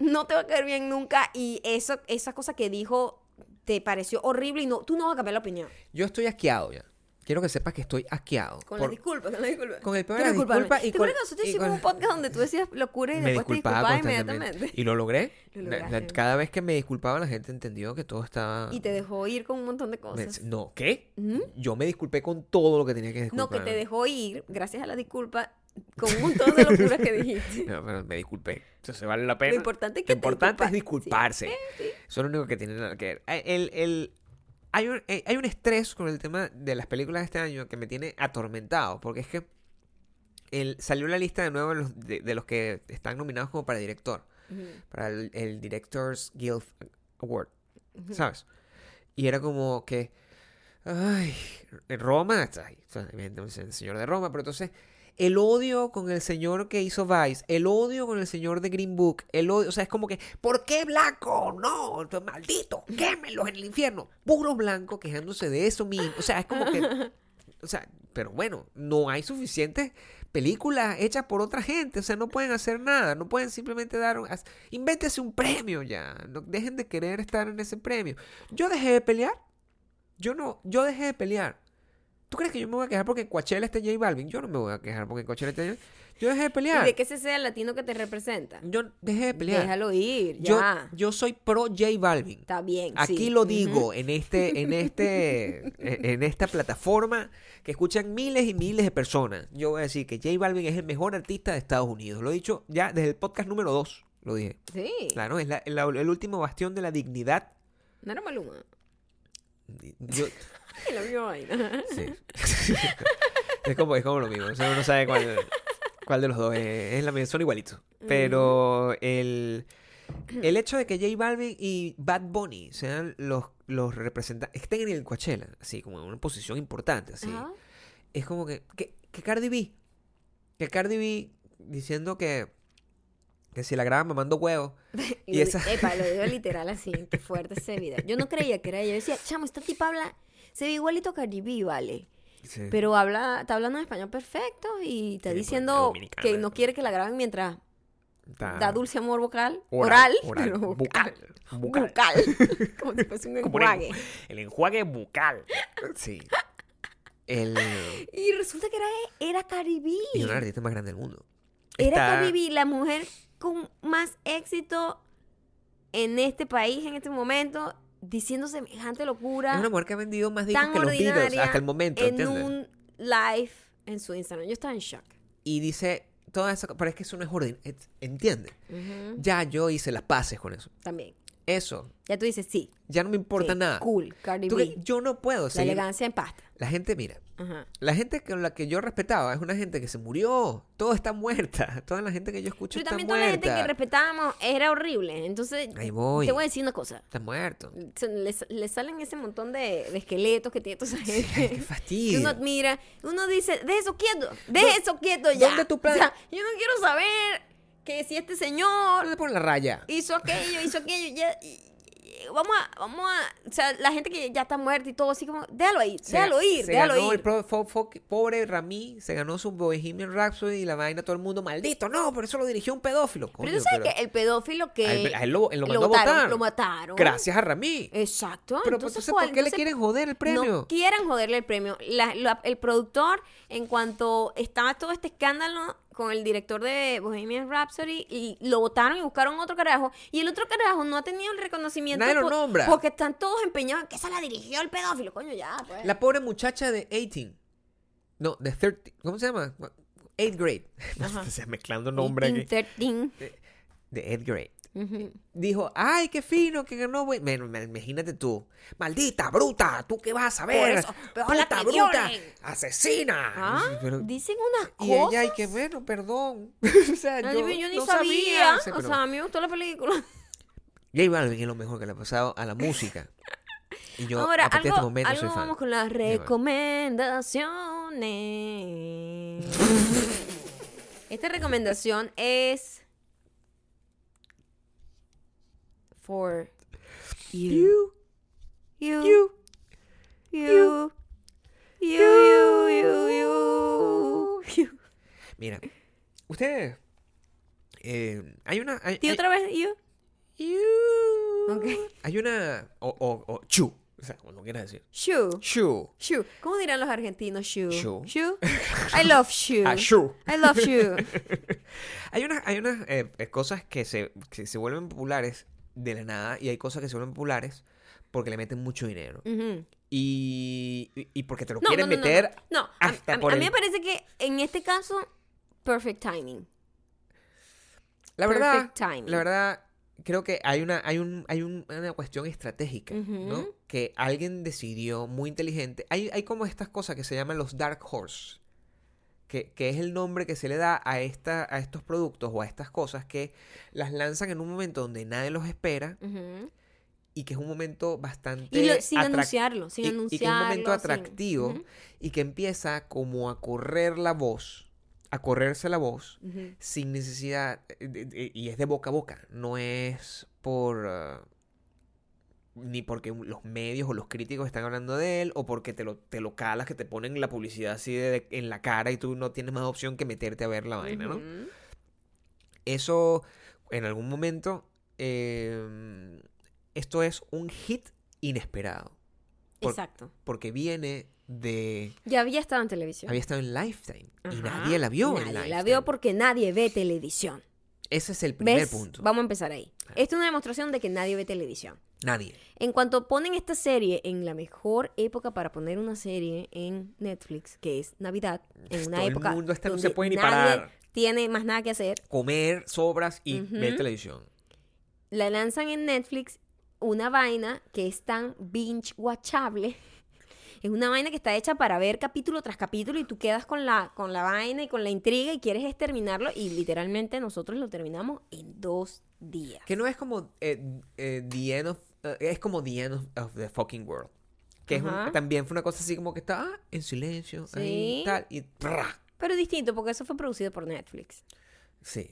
no te va a caer bien nunca y eso, esa cosa que dijo te pareció horrible y no, tú no vas a cambiar la opinión. Yo estoy asqueado ya. Quiero que sepas que estoy asqueado. Con Por- las disculpas, con las disculpas. con el peor Quiero de las disculparme. disculpas y ¿Te con- acuerdas que nosotros y hicimos con- un podcast donde tú decías locura y me después te disculpaba disculpabas constantemente. inmediatamente? Y lo logré. Lo La- la- lograste. cada vez que me disculpaba, la gente entendió que todo estaba. Y te dejó ir con un montón de Me- cosas. No, ¿qué? ¿Mm? Yo me disculpé con todo lo que tenía que No, disculpar. que te dejó ir, gracias a la disculpa, con un montón de locuras que dijiste. No, pero me disculpé. Eso se vale la pena. importante es que Lo te importante es disculpaste. disculparse. Eso es lo único que tiene nada que ver. Eh, El, el- hay, un, eh, hay un estrés con el tema de las películas de este año que me tiene atormentado. Porque es que el, salió la lista de nuevo de los, de, de los que están nominados como para director. Para el, el Directors Guild Award. ¿Sabes? Y era como que. Ay, Roma está ahí. O sea, evidentemente, el señor de Roma, pero entonces. El odio con el señor que hizo Vice, el odio con el señor de Green Book, el odio, o sea, es como que, ¿por qué blanco? No, tú- maldito, quémelos en el infierno. Puro blanco quejándose de eso mismo. O sea, es como que, o sea, pero bueno, no hay suficientes películas hechas por otra gente, o sea, no pueden hacer nada, no pueden simplemente dar, un, haz- invéntese un premio ya, no, dejen de querer estar en ese premio. Yo dejé de pelear, yo no, yo dejé de pelear. ¿Tú crees que yo me voy a quejar porque en Coachella esté J Balvin? Yo no me voy a quejar porque en Coachella esté J Yo dejé de Y pelear. de que ese sea el latino que te representa. Yo dejé de pelear. Déjalo ir, yo, ya. yo soy pro J Balvin. Está bien. Aquí sí. lo digo en este, en este, en en esta plataforma que escuchan miles y miles de personas. Yo voy a decir que J Balvin es el mejor artista de Estados Unidos. Lo he dicho ya desde el podcast número 2. Lo dije. Sí. Claro, es la- la- el último bastión de la dignidad. No era Maluma. Yo- Es la misma vaina. Sí. es, como, es como lo mismo. O sea, uno no sabe cuál, cuál de los dos es. es la misma, son igualitos. Mm. Pero el, el hecho de que J Balvin y Bad Bunny sean los, los representantes, estén en el Coachella, así como en una posición importante, así. Ajá. Es como que, que, que Cardi B, que Cardi B diciendo que, que si la graban mamando huevos. Y Y esa- Epa, lo digo literal así, qué fuerte ese video. Yo no creía que era ella. Yo decía, chamo, esta tipa habla, se ve igualito Cardi B, vale. Sí. Pero habla, está hablando en español perfecto y está Sí, porque es diciendo dominicana. pues. que no quiere que la graben mientras Está- da dulce amor vocal, Oral, oral, oral, pero vocal, bucal, bucal. bucal. como si fuese un Como un enjuague. El enjuague bucal. Sí. El, Y resulta que era, era Cardi B. y es un artista más grande del mundo. Era Está- Cardi B, la mujer con más éxito en este país, en este momento, diciendo semejante locura. Es una mujer que ha vendido más discos tan que los Beatles ordinaria hasta el momento, en ¿entiendes? un live en su Instagram. Yo estaba en shock. Y dice toda esa co- pero es que eso no es ordinario, ¿entiendes? Ya yo hice las paces con eso. También. Eso, Ya tú dices, sí. ya no me importa sí, nada. Cool, Cardi Tú que- B. yo no puedo La seguir. elegancia en pasta. La gente, mira, Ajá. La gente con la que yo respetaba es una gente que se murió. Todo está muerta. Toda la gente que yo escucho Pero está también toda la gente muerta. que respetábamos era horrible. Entonces, Ahí voy. te voy a decir una cosa. Está muerto. Se- Les, les salen ese montón de, de esqueletos que tiene toda esa Ay, qué gente. Que fastidio. uno admira, uno dice, deje eso quieto, deje eso quieto ya. dónde tu plan- O sea, yo no quiero saber que si este señor ¿Dónde pone la raya? hizo aquello, hizo aquello, ya, y- y- vamos a, vamos a, o sea, la gente que ya está muerta y todo así como, déjalo ir, Se- déjalo ir, se déjalo ganó ir. el pro- fo- fo- pobre Rami se ganó su Bohemian Rhapsody y la vaina todo el mundo maldito no pero eso lo dirigió un pedófilo Pero coño, tú sabes pero que el pedófilo que a él- a él lo, él lo lo mandó votaron, a votar lo mataron. gracias a Rami Exacto. pero pues, Eh, entonces, entonces, ¿cuál? ¿por qué le Entonces, quieren joder el premio? No quieran joderle el premio. La- la- el productor, en cuanto estaba todo este escándalo con el director de Bohemian Rhapsody, y lo votaron y buscaron otro carajo. Y el otro carajo no ha tenido el reconocimiento. Nadie lo por- nombra. Porque están todos empeñados en que esa la dirigió el pedófilo. Coño, ya, pues. La pobre muchacha de 18. No, de 30. ¿Cómo se llama? 8th grade. O sea, mezclando nombre aquí. 1813. Eh, De 8th grade. Ujú. Dijo, ay, qué fino, que ganó. güey". Me- me- imagínate tú. Maldita, bruta, ¿tú qué vas a ver? eso, pero ojalá Puta, te bruta, violen". asesina. Ah, Pero- Dicen unas y ella, cosas. ay, qué bueno, perdón. o sea, Ay, yo, yo, ni no sabía. sabía. Sí, O pero sea, a mí me gustó la película. J Balvin es lo mejor que le ha pasado a la música. Y yo, Ahora, a partir algo, de este momento, algo soy fan. vamos con las recomendaciones. Esta recomendación es for you, You, you, you, you. you, you, you, you, you. Mira, ustedes. eh, hay una. Hay, Di hay- otra vez you. You. Ok. Hay una. O, o, o chu. O sea, como quieras decir. Shoe, Chu. shoe. ¿Cómo dirán los argentinos shoe? Shoe. Shoe. I love shoe. Ah, chu. I love shoe. Hay unas, hay unas eh, eh, cosas que se, que se vuelven populares de la nada y hay cosas que se vuelven populares porque le meten mucho dinero. Ujú. Y, y- y porque te lo quieren meter. No, no, no. a- hasta a, por a mí el- me parece que en este caso, perfect timing. La verdad, Perfect timing. la verdad, creo que hay una, hay un, hay un- una cuestión estratégica, ¿no? Ujú. Que alguien decidió muy inteligente. Hay, hay como estas cosas que se llaman los Dark Horse, que, que es el nombre que se le da a, esta, a estos productos o a estas cosas que las lanzan en un momento donde nadie los espera Ujú. y que es un momento bastante Y lo- sin atrac- anunciarlo, sin y- anunciarlo. y que es un momento sin- atractivo Ujú, y que empieza como a correr la voz, a correrse la voz ujú. sin necesidad eh, de- de- y es de boca a boca, no es por eh, ni porque un- los medios o los críticos están hablando de él o porque te lo, te lo calas que te ponen la publicidad así de- de- en la cara y tú no tienes más opción que meterte a ver la vaina, ¿no? Ujú. Eso en algún momento eh, esto es un hit inesperado Por- Exacto. porque viene de Ya había estado en televisión. había estado en Lifetime y Ajá. nadie la vio en Nadie Lifetime. la vio porque nadie ve televisión. Ese es el primer ¿Ves? punto. Ah. Vamos a empezar ahí. Esto es una demostración de que nadie ve televisión. Nadie. En cuanto ponen esta serie en la mejor época para poner una serie en Netflix, que es Navidad, en una Todo el época mundo está- no donde se puede ni nadie parar. tiene más nada que hacer, comer sobras y ver Ujú. televisión. la lanzan en Netflix una vaina que es tan binge watchable. Es una vaina que está hecha para ver capítulo tras capítulo y tú quedas con la, con la vaina y con la intriga y quieres es terminarlo y literalmente nosotros lo terminamos en dos días. Que no es como eh, eh, The End of... eh, es como The End of, of the Fucking World. Que es un- Ajá. también fue una cosa así como que está ah, en silencio, ahí, Sí. tal, y... ¡prra! Pero distinto porque eso fue producido por Netflix. Sí.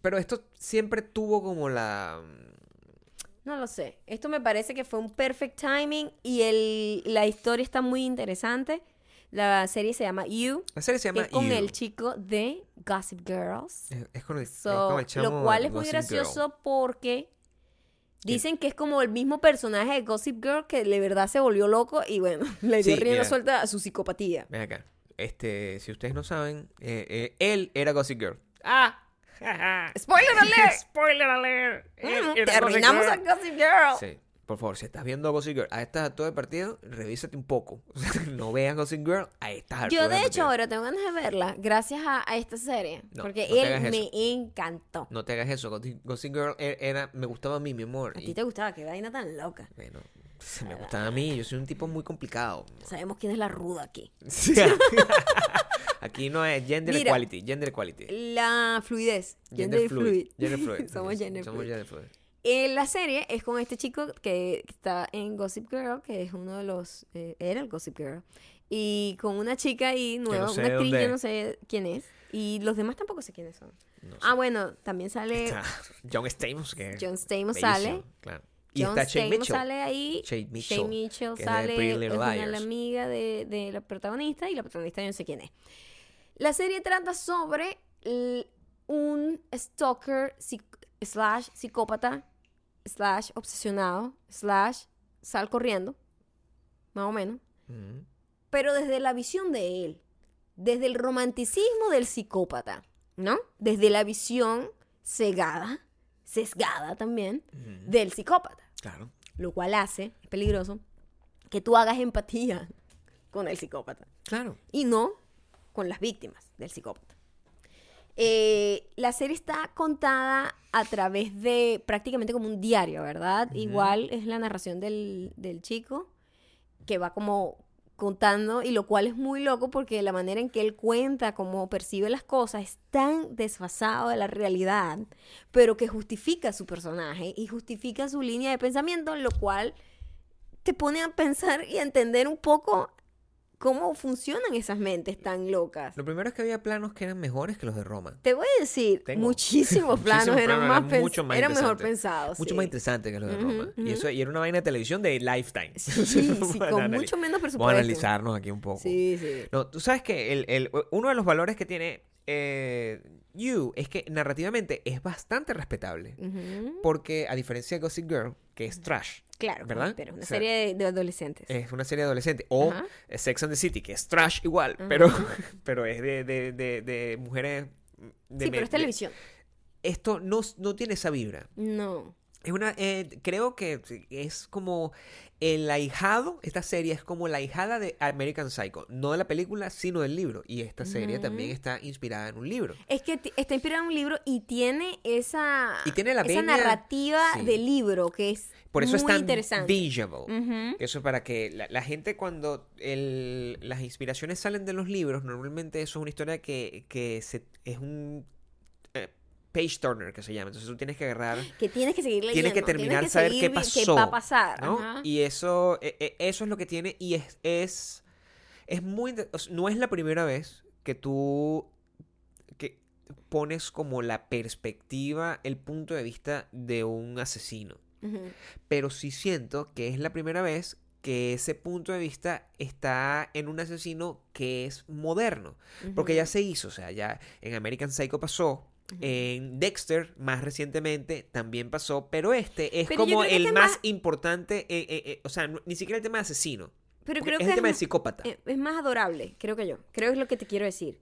Pero esto siempre tuvo como la... No lo sé. Esto me parece que fue un perfect timing y el, la historia está muy interesante. La serie se llama You, La serie se que llama es con You. el chico de Gossip Girls. Es, es con el, es So, con el chamo lo de cual es muy Gossip gracioso Girl. porque dicen que es como el mismo personaje de Gossip Girl que de verdad se volvió loco y bueno, le dio Sí, rienda mira. suelta a su psicopatía. Ven acá. Este, si ustedes no saben, eh, eh, él era Gossip Girl. Ah. ¡Spoiler alert! Spoiler alert. Eh, Mm, Era terminamos a Gossip Girl. Gossip Girl. Sí. Por favor, si estás viendo Gossip Girl a estas alturas de partido, revísate un poco. O sea, no veas Gossip Girl a estas alturas Yo de hecho partido. ahora tengo ganas de verla gracias a, a esta serie No, porque no te él hagas me eso. encantó. No te hagas eso. Gossip Gossip Girl e- era, me gustaba a mí, mi amor. A Y- ti te gustaba, qué vaina tan loca. Bueno, Se me gustan a mí, yo soy un tipo muy complicado. Sabemos quién es la ruda aquí. Sí. Aquí no es gender Mira. equality, gender equality. La fluidez. Gender, fluid. Gender fluid. Somos gender Somos fluid. gender fluid. Eh, la serie es con este chico que está en Gossip Girl, que es uno de los... eh, era el Gossip Girl. Y con una chica ahí nueva, sé una actriz, dónde- yo no sé quién es. Y los demás tampoco sé quiénes son. Ah, bueno, también sale... Está John Stamos, que es John Stamos bellísimo, Eh, sale. Claro. Y John está Shane Stamos Mitchell. sale ahí. Shane Mitchell, Shane Mitchell que es de sale. Pretty Little es una Liars. la amiga de, de la protagonista y la protagonista yo no sé quién es. La serie trata sobre l- un stalker psic- slash psicópata slash obsesionado slash sal corriendo, más o menos, Ujú. pero desde la visión de él, desde el romanticismo del psicópata, ¿no? Desde la visión cegada, sesgada también, Ujú. del psicópata Claro. lo cual hace, es peligroso, que tú hagas empatía con el psicópata Claro. y no con las víctimas del psicópata. Eh, la serie está contada a través de prácticamente como un diario, ¿verdad? Igual es la narración del, del chico que va como contando y lo cual es muy loco porque la manera en que él cuenta, cómo percibe las cosas, es tan desfasado de la realidad, pero que justifica su personaje y justifica su línea de pensamiento, lo cual te pone a pensar y a entender un poco cómo funcionan esas mentes tan locas. Lo primero es que había planos que eran mejores que los de Roma. Te voy a decir, Tengo. muchísimos Muchísimos planos eran planos, más, eran pens- mucho más eran mejor interesantes. pensados. Mucho sí. más interesante que los de Ujú, Roma. Y eso y era una vaina de televisión de Lifetime. Sí, sí, Bueno, con anali- mucho menos Vamos a presupuesto. analizarnos aquí un poco. Sí, sí. No, tú sabes que el, el- uno de los valores que tiene eh, You es que narrativamente es bastante respetable. Ujú. Porque a diferencia de Gossip Girl, que es trash, Claro, ¿verdad? pero una O sea, eh, serie de, de adolescentes. es una serie adolescente. O Ajá. eh, Sex and the City, que es trash igual, pero, pero es de, de- de- de mujeres... de sí, me- pero es de- televisión. Esto no, no tiene esa vibra. No. Es una, eh, creo que es como el ahijado, esta serie es como la ahijada de American Psycho, no de la película, sino del libro. Y esta serie también está inspirada en un libro. Es que ti- está inspirado en un libro y tiene esa, Y tiene la esa venia- narrativa sí. de libro que es Por eso muy es tan interesante. bingeable. Ujú. Eso es para que la, la gente cuando el- las inspiraciones salen de los libros, normalmente eso es una historia que, que se- es un eh, page turner que se llama. Entonces tú tienes que agarrar... Que tienes que seguir leyendo. Tienes que terminar saber seguir qué vi- pasó. va a pasar. ¿no? ajá. Y eso, e- e- eso es lo que tiene y es, es, es muy... inte- o sea, no es la primera vez que tú que pones como la perspectiva, el punto de vista de un asesino. Ujú. Pero sí siento que es la primera vez que ese punto de vista está en un asesino que es moderno. Porque ya se hizo, o sea, ya en American Psycho pasó. En Dexter, más recientemente, también pasó, pero este es Pero yo como creo que el este más más- importante, eh, eh, eh, o sea, no- ni siquiera el tema de asesino, Pero porque creo es que el tema es, eh, del psicópata. es- es más adorable, creo que yo. Creo que es lo que te quiero decir.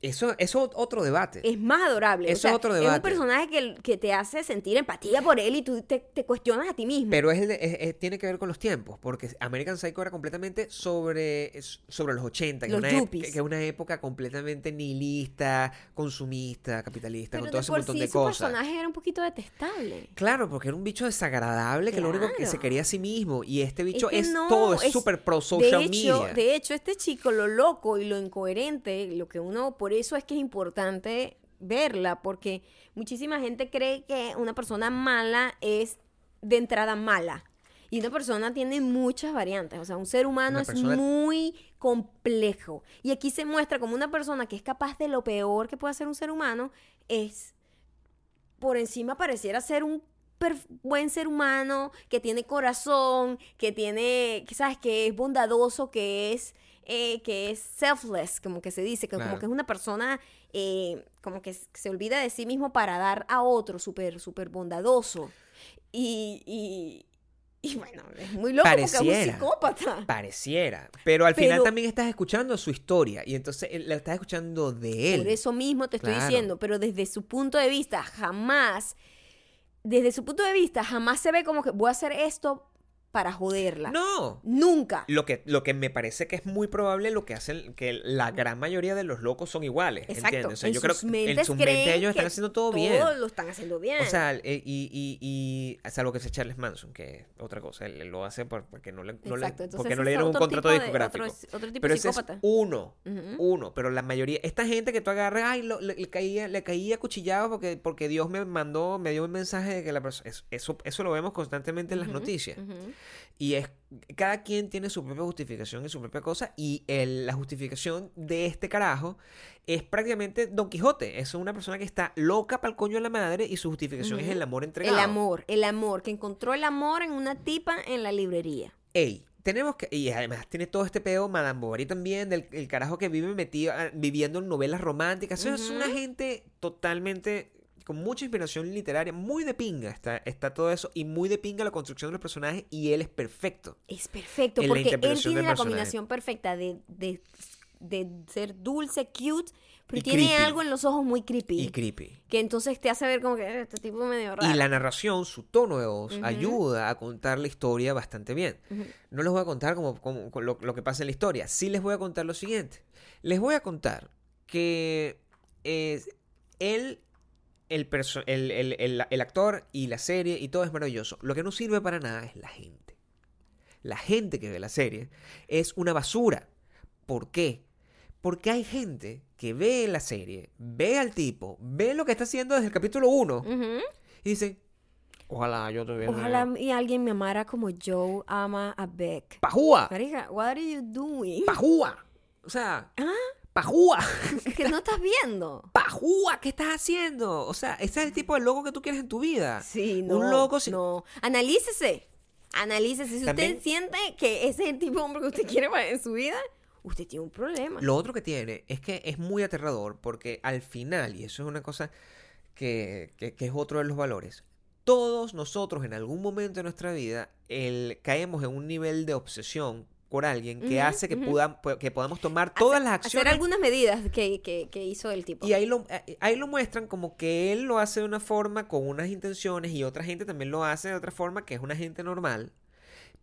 Eso es otro debate. Es más adorable. o Eso sea, es otro Es debate. un personaje que, que te hace sentir empatía por él y tú te, te cuestionas a ti mismo. Pero es el de- es- es- tiene que ver con los tiempos, porque American Psycho era completamente sobre, es- sobre los 80, que, Los es una ep- yuppies. que es una época completamente nihilista, consumista, capitalista, Pero con todo de ese por montón sí de su cosas. personaje era un poquito detestable. Claro, porque era un bicho desagradable que lo único que se Claro. quería a sí mismo. Y este bicho que es no, todo, es es- súper pro De social hecho, media. de hecho, este chico, lo loco y lo incoherente, lo que uno, por eso es que es importante verla, porque muchísima gente cree que una persona mala es de entrada mala. Y una persona tiene muchas variantes, o sea, un ser humano Una es persona- muy complejo. Y aquí se muestra como una persona que es capaz de lo peor que puede hacer un ser humano, es por encima pareciera ser un perf- buen ser humano, que tiene corazón, que tiene, que sabes, que es bondadoso, que es, eh, que es selfless, como que se dice, que Claro. como que es una persona, eh, como que s- se olvida de sí mismo para dar a otro, súper, súper bondadoso. Y, y, y bueno, es muy loco porque es un Pareciera. psicópata. Pareciera. Pero al final Pero- también estás escuchando su historia. Y entonces eh, la estás escuchando de él. Por eso mismo te estoy Claro. diciendo, pero desde su punto de vista, jamás, desde su punto de vista, jamás se ve como que voy a hacer esto para joderla. No. Nunca. Lo que, lo que me parece que es muy probable lo que hacen, que la gran mayoría de los locos son iguales. Exacto. ¿entiendes? O sea, en yo creo sus que mentes en sus creen mentes ellos que están haciendo todo bien. Todos lo están haciendo bien. O sea, el- eh, y, y, y salvo que sea Charles Manson, que es otra cosa, él, él lo hace por- porque no le, no le- Exacto, entonces porque no ese le dieron es un otro contrato tipo de- discográfico. otro- otro tipo de pero ese es psicópata. ¿Mm? uno, Ujú. uno, pero la mayoría, esta gente que tú agarras, ay, lo- le, le caía, le caía cuchillado porque, porque Dios me mandó, me dio un mensaje de que la persona, eso, eso, eso lo vemos constantemente en las noticias. Ujú. Y es, cada quien tiene su propia justificación y su propia cosa. Y el- la justificación de este carajo es prácticamente Don Quijote. Es una persona que está loca para el coño de la madre y su justificación es el amor entregado. El amor, el amor, que encontró el amor en una tipa en la librería. Ey, tenemos que. Y además tiene todo este pedo, Madame Bovary también, del el carajo que vive metido, ah, viviendo en novelas románticas. Eso Es una gente totalmente. Con mucha inspiración literaria, muy de pinga está, está todo eso, y muy de pinga la construcción de los personajes, y él es perfecto. Es perfecto, En la porque él interpretación tiene del la personaje. combinación perfecta de, de, de ser dulce, cute, pero Y tiene creepy. algo en los ojos muy creepy. Y creepy. que entonces te hace ver como que "Eh, este tipo medio raro. Y la narración, su tono de voz, ayuda a contar la historia bastante bien. No les voy a contar como, como- con lo, lo que pasa en la historia. Sí les voy a contar lo siguiente. Les voy a contar que eh, él, el, perso- el, el- el- el actor y la serie y todo es maravilloso. Lo que no sirve para nada es la gente. La gente que ve la serie es una basura. ¿Por qué? Porque hay gente que ve la serie, ve al tipo, ve lo que está haciendo desde el capítulo 1 Ujú. y dicen, ojalá yo tuviera... Ojalá y alguien me amara como Joe ama a Beck. ¡Pajúa! Marica, what are you doing? ¡Pajúa! O sea, Ah. ¡pajúa! que no estás viendo. ¡Pajúa! ¿Qué estás haciendo? O sea, ese es el tipo de loco que tú quieres en tu vida. Sí, no. Un loco sin... No. Analícese. Analícese. Si También- usted siente que ese es el tipo de hombre que usted quiere para- en su vida, usted tiene un problema. Lo otro que tiene es que es muy aterrador porque al final, y eso es una cosa que, que- que es otro de los valores, todos nosotros en algún momento de nuestra vida el, caemos en un nivel de obsesión por alguien que Ujú, hace que, ujú. podam- que podamos tomar todas las acciones. Hacer algunas medidas que, que- que hizo el tipo. Y ahí lo, eh, ahí lo muestran como que él lo hace de una forma con unas intenciones y otra gente también lo hace de otra forma que es una gente normal,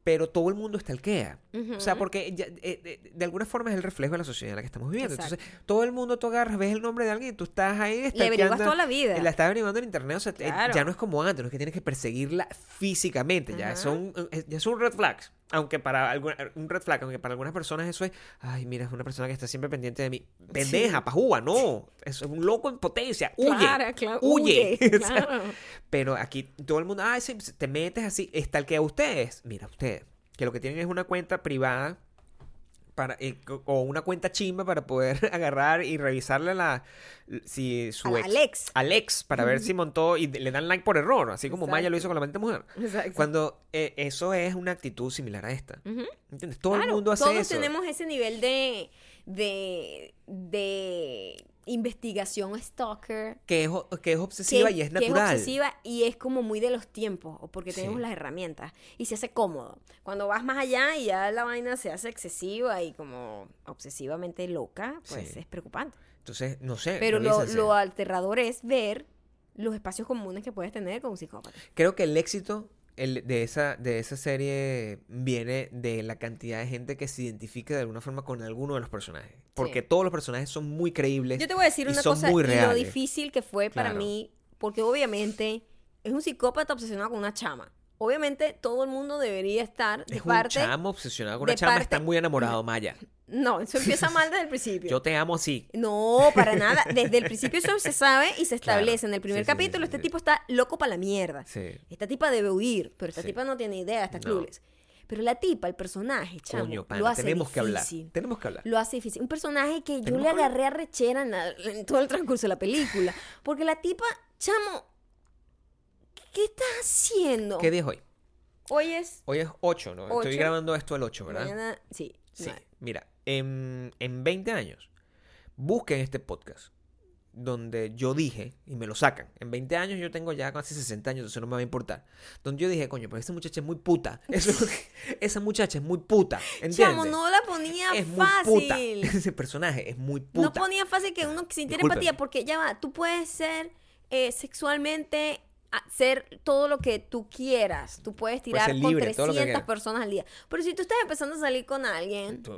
pero todo el mundo estalquea. O sea, porque ya, eh, eh, de alguna forma es el reflejo de la sociedad en la que estamos viviendo. Entonces, todo el mundo tú agarras, ves el nombre de alguien y tú estás ahí Le averiguas stalkeando, toda la vida. La estás averiguando en internet, o sea, eh, Claro. ya no es como antes, no es que tienes que perseguirla físicamente, ya Ajá. son eh, ya son red flags. Aunque para alguna, un red flag, aunque para algunas personas eso es, ay, mira, es una persona que está siempre pendiente de mí. Pendeja, pajúa, no. Es un loco en potencia. Huye. Claro, claro, huye. huye, O sea, claro. Pero aquí todo el mundo, ay, sí, pues, te metes así. Estalquea a ustedes. Mira, ustedes, que lo que tienen es una cuenta privada para, eh, co- o una cuenta chimba para poder agarrar y revisarle la si su A la ex- Alex. Alex para ver si montó y le dan like por error, así como Maya lo hizo con la mente mujer. Exacto. Cuando eh, eso es una actitud similar a esta. ¿Entiendes? Todo el Claro, mundo hace todos eso. tenemos ese nivel de, de, de investigación stalker. Que es, o- que es obsesiva y es que natural. obsesiva y es como muy de los tiempos, o porque tenemos Sí. las herramientas y se hace cómodo. Cuando vas más allá y ya la vaina se hace excesiva y como obsesivamente loca, pues Sí. Eh, es preocupante. Entonces, no sé. Pero lo, revísense. lo aterrador es ver los espacios comunes que puedes tener con un psicópata. Creo que el éxito el- de, esa, de esa serie viene de la cantidad de gente que se identifica de alguna forma con alguno de los personajes. Porque todos los personajes son muy creíbles. Yo te voy a decir y una son cosa muy y lo reales. difícil que fue para Claro. mí, porque obviamente es un psicópata obsesionado con una chama. Obviamente todo el mundo debería estar de Es un parte. chamo obsesionado con de una chama, parte- está muy enamorado, Maya. No, eso empieza mal desde el principio. Yo te amo así. No, para nada. Desde el principio eso se sabe y se Claro. establece. En el primer Sí, sí, sí, capítulo, sí, este sí. tipo está loco para la mierda. Sí. Esta tipa debe huir, pero esta Sí. tipa no tiene idea, está No. clueless. Pero la tipa, el personaje, chamo, Coño, lo pana, hace tenemos que hablar. difícil. Tenemos que hablar. Lo hace difícil. Un personaje que yo Tenemos le que hablar. agarré a rechera en, la- en todo el transcurso de la película. Porque la tipa, chamo, ¿qué estás haciendo? ¿Qué día es hoy? Hoy es Hoy es 8, ¿no? Estoy Ocho. grabando esto el 8, ¿verdad? mañana. Sí. Sí. ma- Mira, en, en 20 años, busquen este podcast donde yo dije, y me lo sacan, en 20 años yo tengo ya casi 60 años, eso no me va a importar, donde yo dije, coño, pero esa muchacha es muy puta, Eso- esa muchacha es muy puta, ¿entiendes? Chamo, no la ponía es muy puta, fácil. ese personaje es muy puta. No ponía fácil que uno sintiera Discúlpeme. empatía, porque ya va, tú puedes ser eh, sexualmente hacer todo lo que tú quieras. Tú puedes tirar ser con libre, todo lo que 300 quieras. personas al día. Pero si tú estás empezando a salir con alguien, Tú-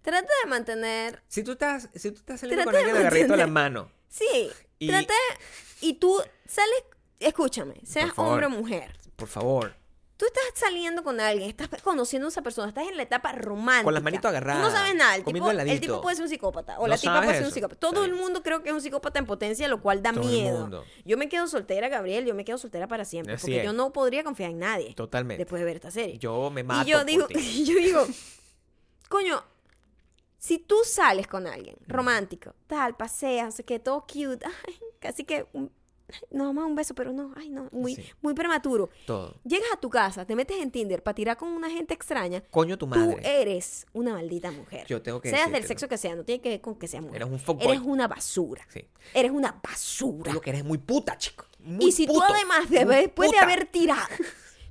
trata de mantener. Si tú estás, si tú estás saliendo Trata con alguien de agarrito de la mantener- mano, Sí, Y- trata. Y tú sales. Escúchame, seas favor. hombre o mujer. por favor, Tú estás saliendo con alguien, estás conociendo a esa persona, estás en la etapa romántica. Con las manitos agarradas, Tú no sabes nada. El tipo, comiendo el heladito. tipo puede ser un psicópata. O No la tipa sabes puede ser un eso. psicópata. Todo Sí. el mundo creo que es un psicópata en potencia, lo cual da Todo el miedo. mundo. Yo me quedo soltera, Gabriel. Yo me quedo soltera para siempre. Así porque es. yo no podría confiar en nadie. totalmente. Después de ver esta serie. yo me mato. y yo por digo, ti. y yo digo, coño, si tú sales con alguien Mm. romántico, tal, paseas, no sé qué, todo cute, ay, casi que un- ay, no más un beso, pero no, ay no, muy, Sí. muy prematuro. todo. Llegas a tu casa, te metes en Tinder para tirar con una gente extraña. Coño tu madre. Tú eres una maldita mujer. Yo tengo que Seas del decírtelo. sexo que sea, no tiene que ver con que sea mujer. Eres un fuckboy. Eres una basura. Sí. Eres una basura. Tú lo que eres es muy puta, chico. Muy Y si tú puto, además, de- muy después de puta. haber tirado,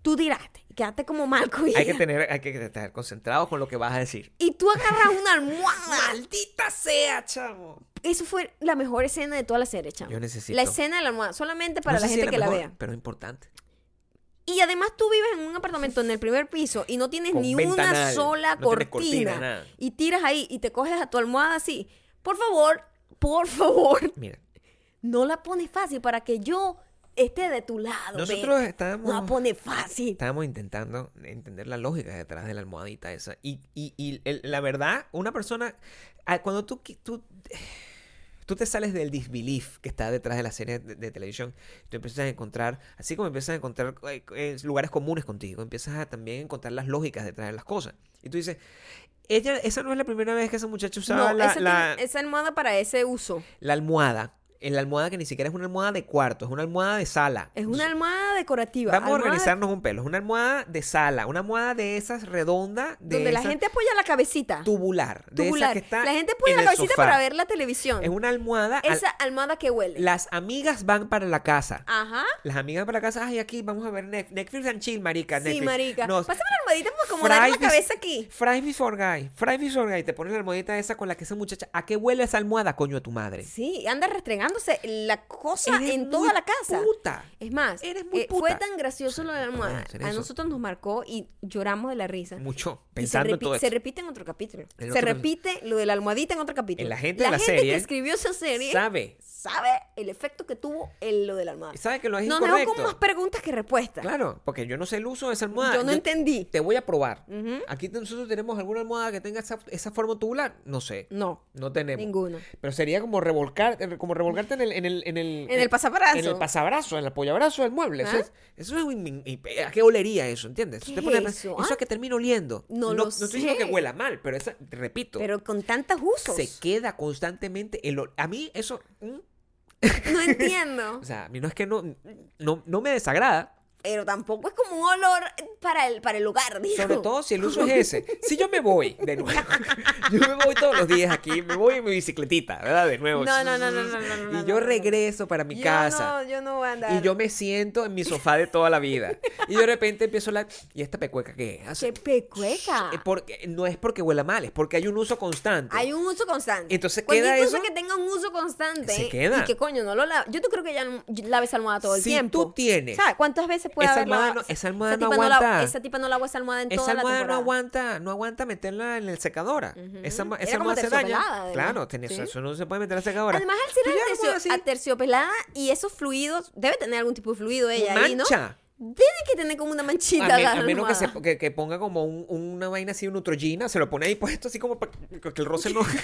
tú tiraste y quedaste como mal cogida. Hay que tener, hay que estar concentrados con lo que vas a decir. Y tú agarras una almohada. ¡Maldita sea, chamo! Eso fue la mejor escena de toda la serie, chamo. Yo necesito. La escena de la almohada, solamente para No la sé si gente que es la mejor, vea. Pero es importante. Y además tú vives en un apartamento en el primer piso y no tienes Con ni una ventanal, sola no cortina. tienes cortina, nada. Y tiras ahí y te coges a tu almohada así. Por favor, por favor, Mira, no la pones fácil para que yo esté de tu lado. Beto. nosotros estábamos, No la pones fácil. estábamos intentando entender la lógica detrás de la almohadita esa. Y, y, y el- la verdad, una persona. ah, Cuando tú, qui- tú. Tú te sales del disbelief que está detrás de la serie de, de televisión. Tú empiezas a encontrar, así como empiezas a encontrar eh, eh, lugares comunes contigo, empiezas a también encontrar las lógicas detrás de las cosas. Y tú dices, ella, esa no es la primera vez que ese muchacho usaba No, la, esa, la- tiene- esa almohada para ese uso. la almohada. En la almohada que ni siquiera es una almohada de cuarto, es una almohada de sala. Es una almohada decorativa. Vamos a almohada organizarnos un pelo. Es una almohada de sala, una almohada de esas redonda, de Donde la esa gente apoya la cabecita. tubular, de esa tubular. que está la gente pone en la el cabecita sofá. para ver la televisión. Es una almohada. al- Esa Ah. almohada que huele. Las amigas van para la casa. Ajá. Las amigas para la casa, ay, aquí vamos a ver Netflix, Netflix and chill, marica. Sí, Netflix. marica. Nos- Pásame la almohadita para acomodar la Fries- cabeza aquí. Fries before guy, fries before guy. Te pones la almohadita esa con la que esa muchacha. ¿A qué huele esa almohada, coño, a tu madre? Sí, anda restregándose la cosa Eres en muy toda la casa. Puta. Es más, eh, Eres muy fue puta. tan gracioso lo de la almohada. hacer A eso. nosotros nos marcó y lloramos de la risa. Mucho. Y Pensando se, en todo repi- se esto. repite en otro capítulo. En se otro- repite lo de la almohadita en otro capítulo. En la gente de la que serie escribió esa serie Sabe. sabe el efecto que tuvo el, lo de la almohada. Sabe que lo es Nos dejó incorrecto. con más preguntas que respuestas. Claro, porque yo no sé el uso de esa almohada. Yo no entendí. Te voy a probar. Aquí te- nosotros tenemos alguna almohada que tenga esa, esa forma tubular. No sé. No, No tenemos. ninguno. Pero sería como revolcar, eh, como revolcarte en el, en el, en el, En el pasabrazo. En el pasabrazo, en el apoyabrazo del mueble. Eso ¿Ah? es, eso es un- ¿A qué olería eso? ¿Entiendes? ¿Qué Te es eso, ah? eso es que termina oliendo. No lo no estoy diciendo sé. que huela mal, pero esa, te repito, Pero con tantos usos. se queda constantemente el ol- A mí eso, mm, No entiendo. o sea, a mí no es que no, no, no me desagrada, Pero tampoco es como un olor para el, para el hogar, digo. Sobre todo si el uso es ese. Si yo me voy, de nuevo, yo me voy todos los días aquí, me voy en mi bicicletita, ¿verdad? De nuevo. No, no, no, no, no, no, no, no, Y yo no. regreso para mi Yo casa. No, yo no voy a andar. Y yo me siento en mi sofá de toda la vida. Y de repente empiezo la... ¿Y esta pecueca qué es? ¡Qué pecueca! Eh, Porque, no es porque huela mal, es porque hay un uso constante. Hay un uso constante. Entonces Cualquier queda cosa eso- que tenga un uso constante. Se queda. Y que coño, no lo la... Yo tú creo que ya no- laves almohada todo el Si tiempo. tú tienes- ¿Sabes cuántas veces puede Esa haber almohada lavado- no- esa almohada no tipa la- aguanta. esa tipa no lava esa almohada en Esa toda la almohada no temporada. aguanta, no aguanta meterla en el secadora. Esa, alma- Era esa como almohada se daña. terciopelada, además. Claro, tenés- Sí. eso no se puede meter en la secadora. Pues Además, al Tú ser llevas atercio- almohada así, aterciopelada y esos fluidos, debe tener algún tipo de fluido ella ahí, ¿no? mancha. Tiene que tener como una manchita A, men- la a menos que, se, almohada. que, que ponga como un- una vaina así, un Neutrogena, se lo pone ahí puesto así como para que el roce no...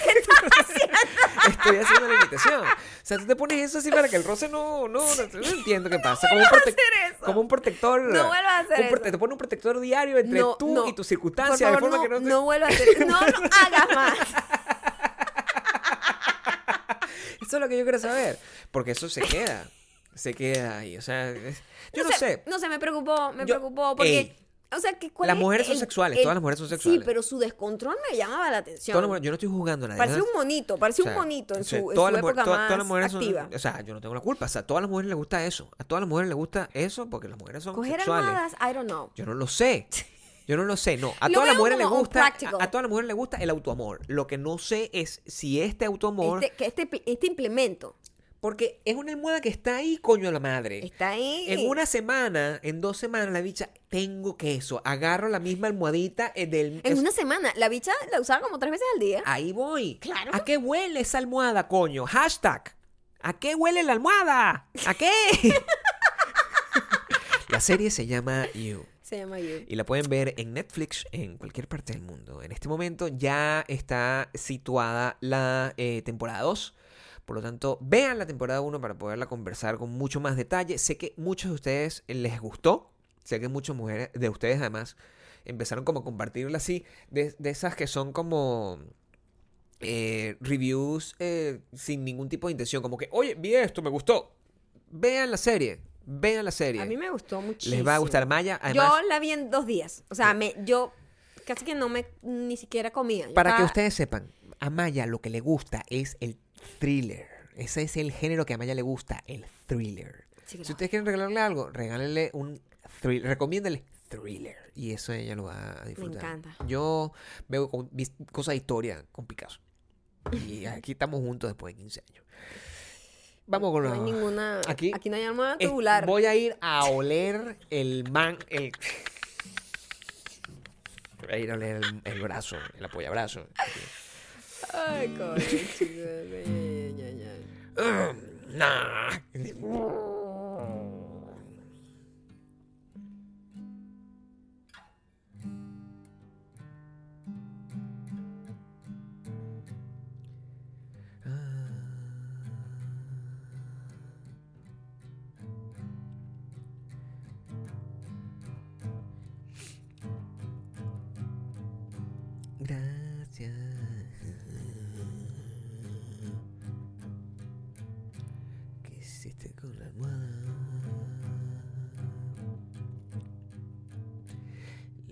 Estoy haciendo la imitación. O sea, tú te pones eso así para que el roce no... No, no, no entiendo qué pasa. como, un prote- hacer eso. como un protector... No vuelvas a hacer un prote- eso. Te pone un protector diario entre No, tú no. y Por tus circunstancias. favor, de forma no, que no, te- no vuelvas a hacer. No lo hagas más. Eso es lo que yo quiero saber. Porque eso se queda. Se queda ahí. O sea, es- yo no, sé. No sé, me preocupó, me Yo- preocupó. Porque, Ey. o sea, que cuál Las es mujeres son el- sexuales, el- todas las mujeres son Sí, sexuales. pero su descontrol me llamaba la atención. Todas las mujeres- yo no estoy juzgando a nadie. parecía ¿no? un monito, parecía un monito en o sea, su, en todas su las mujeres- época todas- más todas las mujeres son- activa. o sea, yo no tengo la culpa. O sea, a todas las mujeres les gusta eso. A todas las mujeres les gusta eso porque las mujeres son Coger sexuales. almohadas, I don't know. Yo no lo sé. Yo no lo sé, no. A Lo todas las veo mujeres les como gusta. unpractical. A, a todas las mujeres les gusta el autoamor. Lo que no sé es si este autoamor Este, que este, este implemento Porque es una almohada que está ahí, coño a la madre. Está ahí. En una semana, en dos semanas, la bicha, tengo queso. Agarro la misma almohadita eh, del... En es- una semana. La bicha la usaba como tres veces al día. Ahí voy. Claro. ¿A qué huele esa almohada, coño? Hashtag. ¿A qué huele la almohada? ¿A qué? la serie se llama You. Se llama You. Y la pueden ver en Netflix en cualquier parte del mundo. En este momento ya está situada la eh, temporada 2. Por lo tanto, vean la temporada 1 para poderla conversar con mucho más detalle. Sé que muchos de ustedes les gustó. Sé que muchas mujeres de ustedes además empezaron como a compartirla así. De, de esas que son como eh, reviews eh, sin ningún tipo de intención. Como que, oye, vi esto, me gustó. Vean la serie. Vean la serie. A mí me gustó muchísimo. les va a gustar Maya. Además, yo la vi en dos días. O sea, me, yo casi que no me ni siquiera comía. Yo Para que estaba- ustedes sepan, a Maya lo que le gusta es el thriller. Ese es el género que a Maya le gusta, el thriller. Sí, claro. Si ustedes quieren regalarle algo, regálenle un thriller, recomiéndale thriller. Y eso ella lo va a disfrutar. encanta. Yo veo co- vis- cosas de historia con Picasso. Y aquí estamos juntos después de 15 años. Vamos con No hay los- ninguna. Aquí- Aquí, no hay almohada es- tubular. Voy a ir a oler el man, el... Voy a ir a oler el, el brazo, el apoyabrazo. Ay, coño, chico, ay, ay, ay. Mm, nah. Gracias. ¿Qué hiciste con la almohada?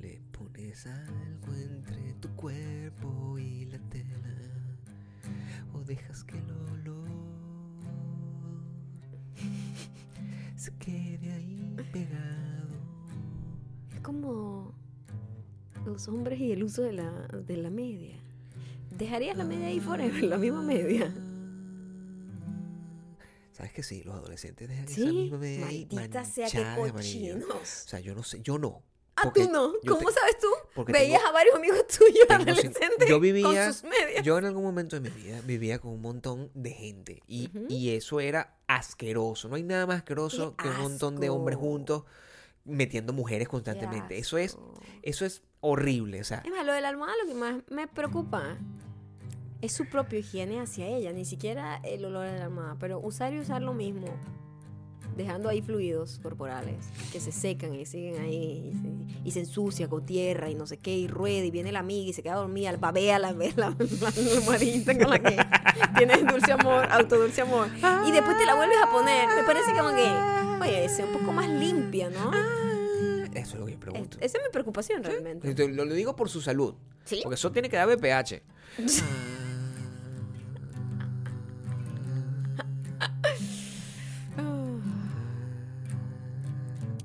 Le pones algo entre tu cuerpo y la tela o dejas que el olor se quede ahí pegado. Es como los hombres y el uso de la, de la media. ¿Dejarías la media ahí forever? La misma media. ¿Sabes que sí? Los adolescentes dejan Sí. esa misma media ahí Maldita sea qué manchada de amarillo. O cochinos. sea, yo no sé, yo no. Ah, porque tú no. yo ¿Cómo te- sabes tú? porque Veías tengo- a varios amigos tuyos tengo sin- adolescentes yo vivía- con sus medias. Yo en algún momento de mi vida vivía con un montón de gente y, y eso era asqueroso. No hay nada más asqueroso ¡Qué que un montón de hombres asco! juntos metiendo mujeres constantemente. Eso es, eso es horrible. O sea, Es más, lo de la almohada lo que más me preocupa es su propia higiene hacia ella, ni siquiera el olor de la almohada, pero usar y usar lo mismo, dejando ahí fluidos corporales que se secan y siguen ahí y se, y se ensucia con tierra y no sé qué, y rueda y viene la amiga y se queda dormida, babea la, la, la, la almohadita con la que tienes dulce amor, autodulce amor, y después te la vuelves a poner. Me parece como que, oye, es un poco más limpia, ¿no? Ah. eso es lo que yo Es- pregunto. esa es mi preocupación realmente. Te- Lo, lo digo por su salud. Sí. Porque eso tiene que dar BPH.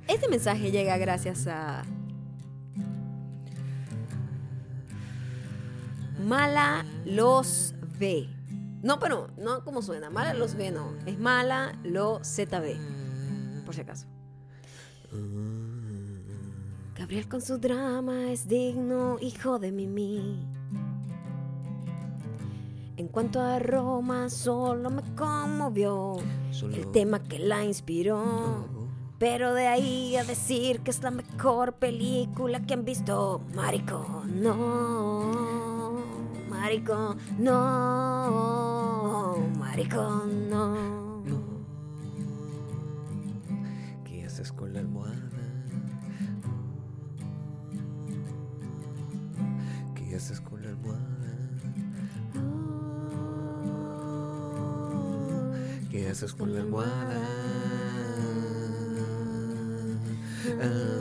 Este mensaje llega gracias a. Mala los ve. No, pero no como suena. Mala los ve, no. Es mala lo ZB. Por si acaso. Ah. Gabriel con su drama es digno, hijo de Mimi. En cuanto a Roma, solo me conmovió el Solo- tema que la inspiró. Pero de ahí a decir que es la mejor película que han visto, Marico, no. Marico, no. Marico, no. ¿Qué haces con la almohada? ¿Qué haces con la almohada? ¿Qué haces con la almohada? Ah,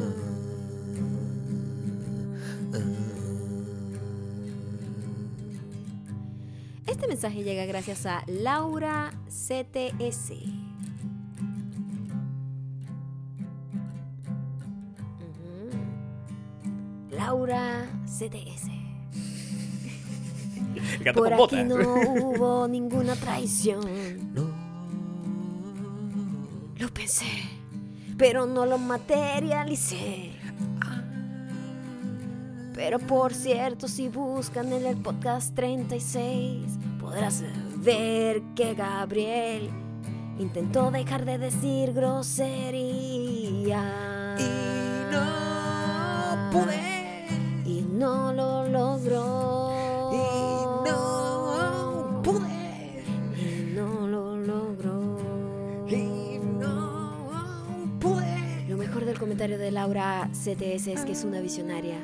Este mensaje llega gracias a Laura CTS. Ujú. Laura CTS. El gato Por con aquí botas. no hubo ninguna traición. no. Lo pensé. pero no lo materialicé. Pero por cierto, si buscan en el podcast 36, podrás ver que Gabriel intentó dejar de decir grosería. Y no pude. Y no lo logró. Y no pude. Y no lo logró. Lo mejor del comentario de Laura CTS es que es una visionaria,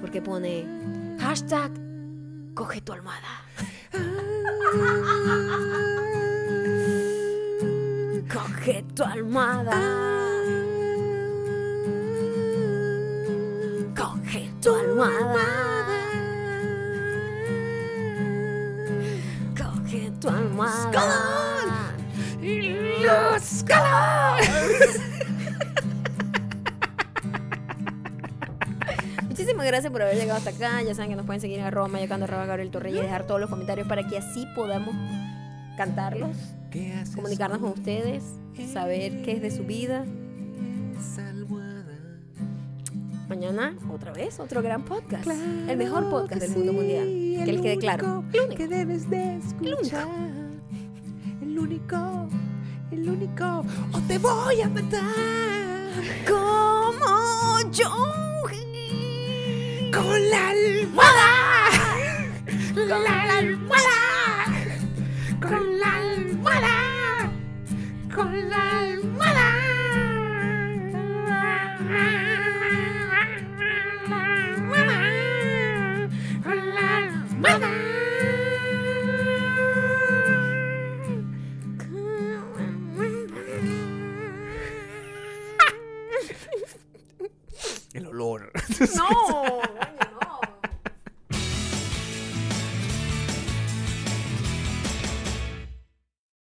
porque pone hashtag coge tu almohada. coge tu almohada. Coge tu almohada. Coge tu almohada. Los Muchísimas gracias por haber llegado hasta acá. Ya saben que nos pueden seguir en Roma, llegando a Gabriel Torrey y dejar todos los comentarios para que así podamos cantarlos, ¿Qué haces? comunicarnos con ustedes, saber qué es de su vida. esa almohada? Mañana, otra vez, otro gran podcast. el mejor podcast del mundo mundial. Que les quede claro. El único. que debes de escuchar. El único, el único. O te voy a matar Como yo. con la almohada. Con la almohada. Con la almohada. Con la almohada. Con la almohada. El olor. ¡No!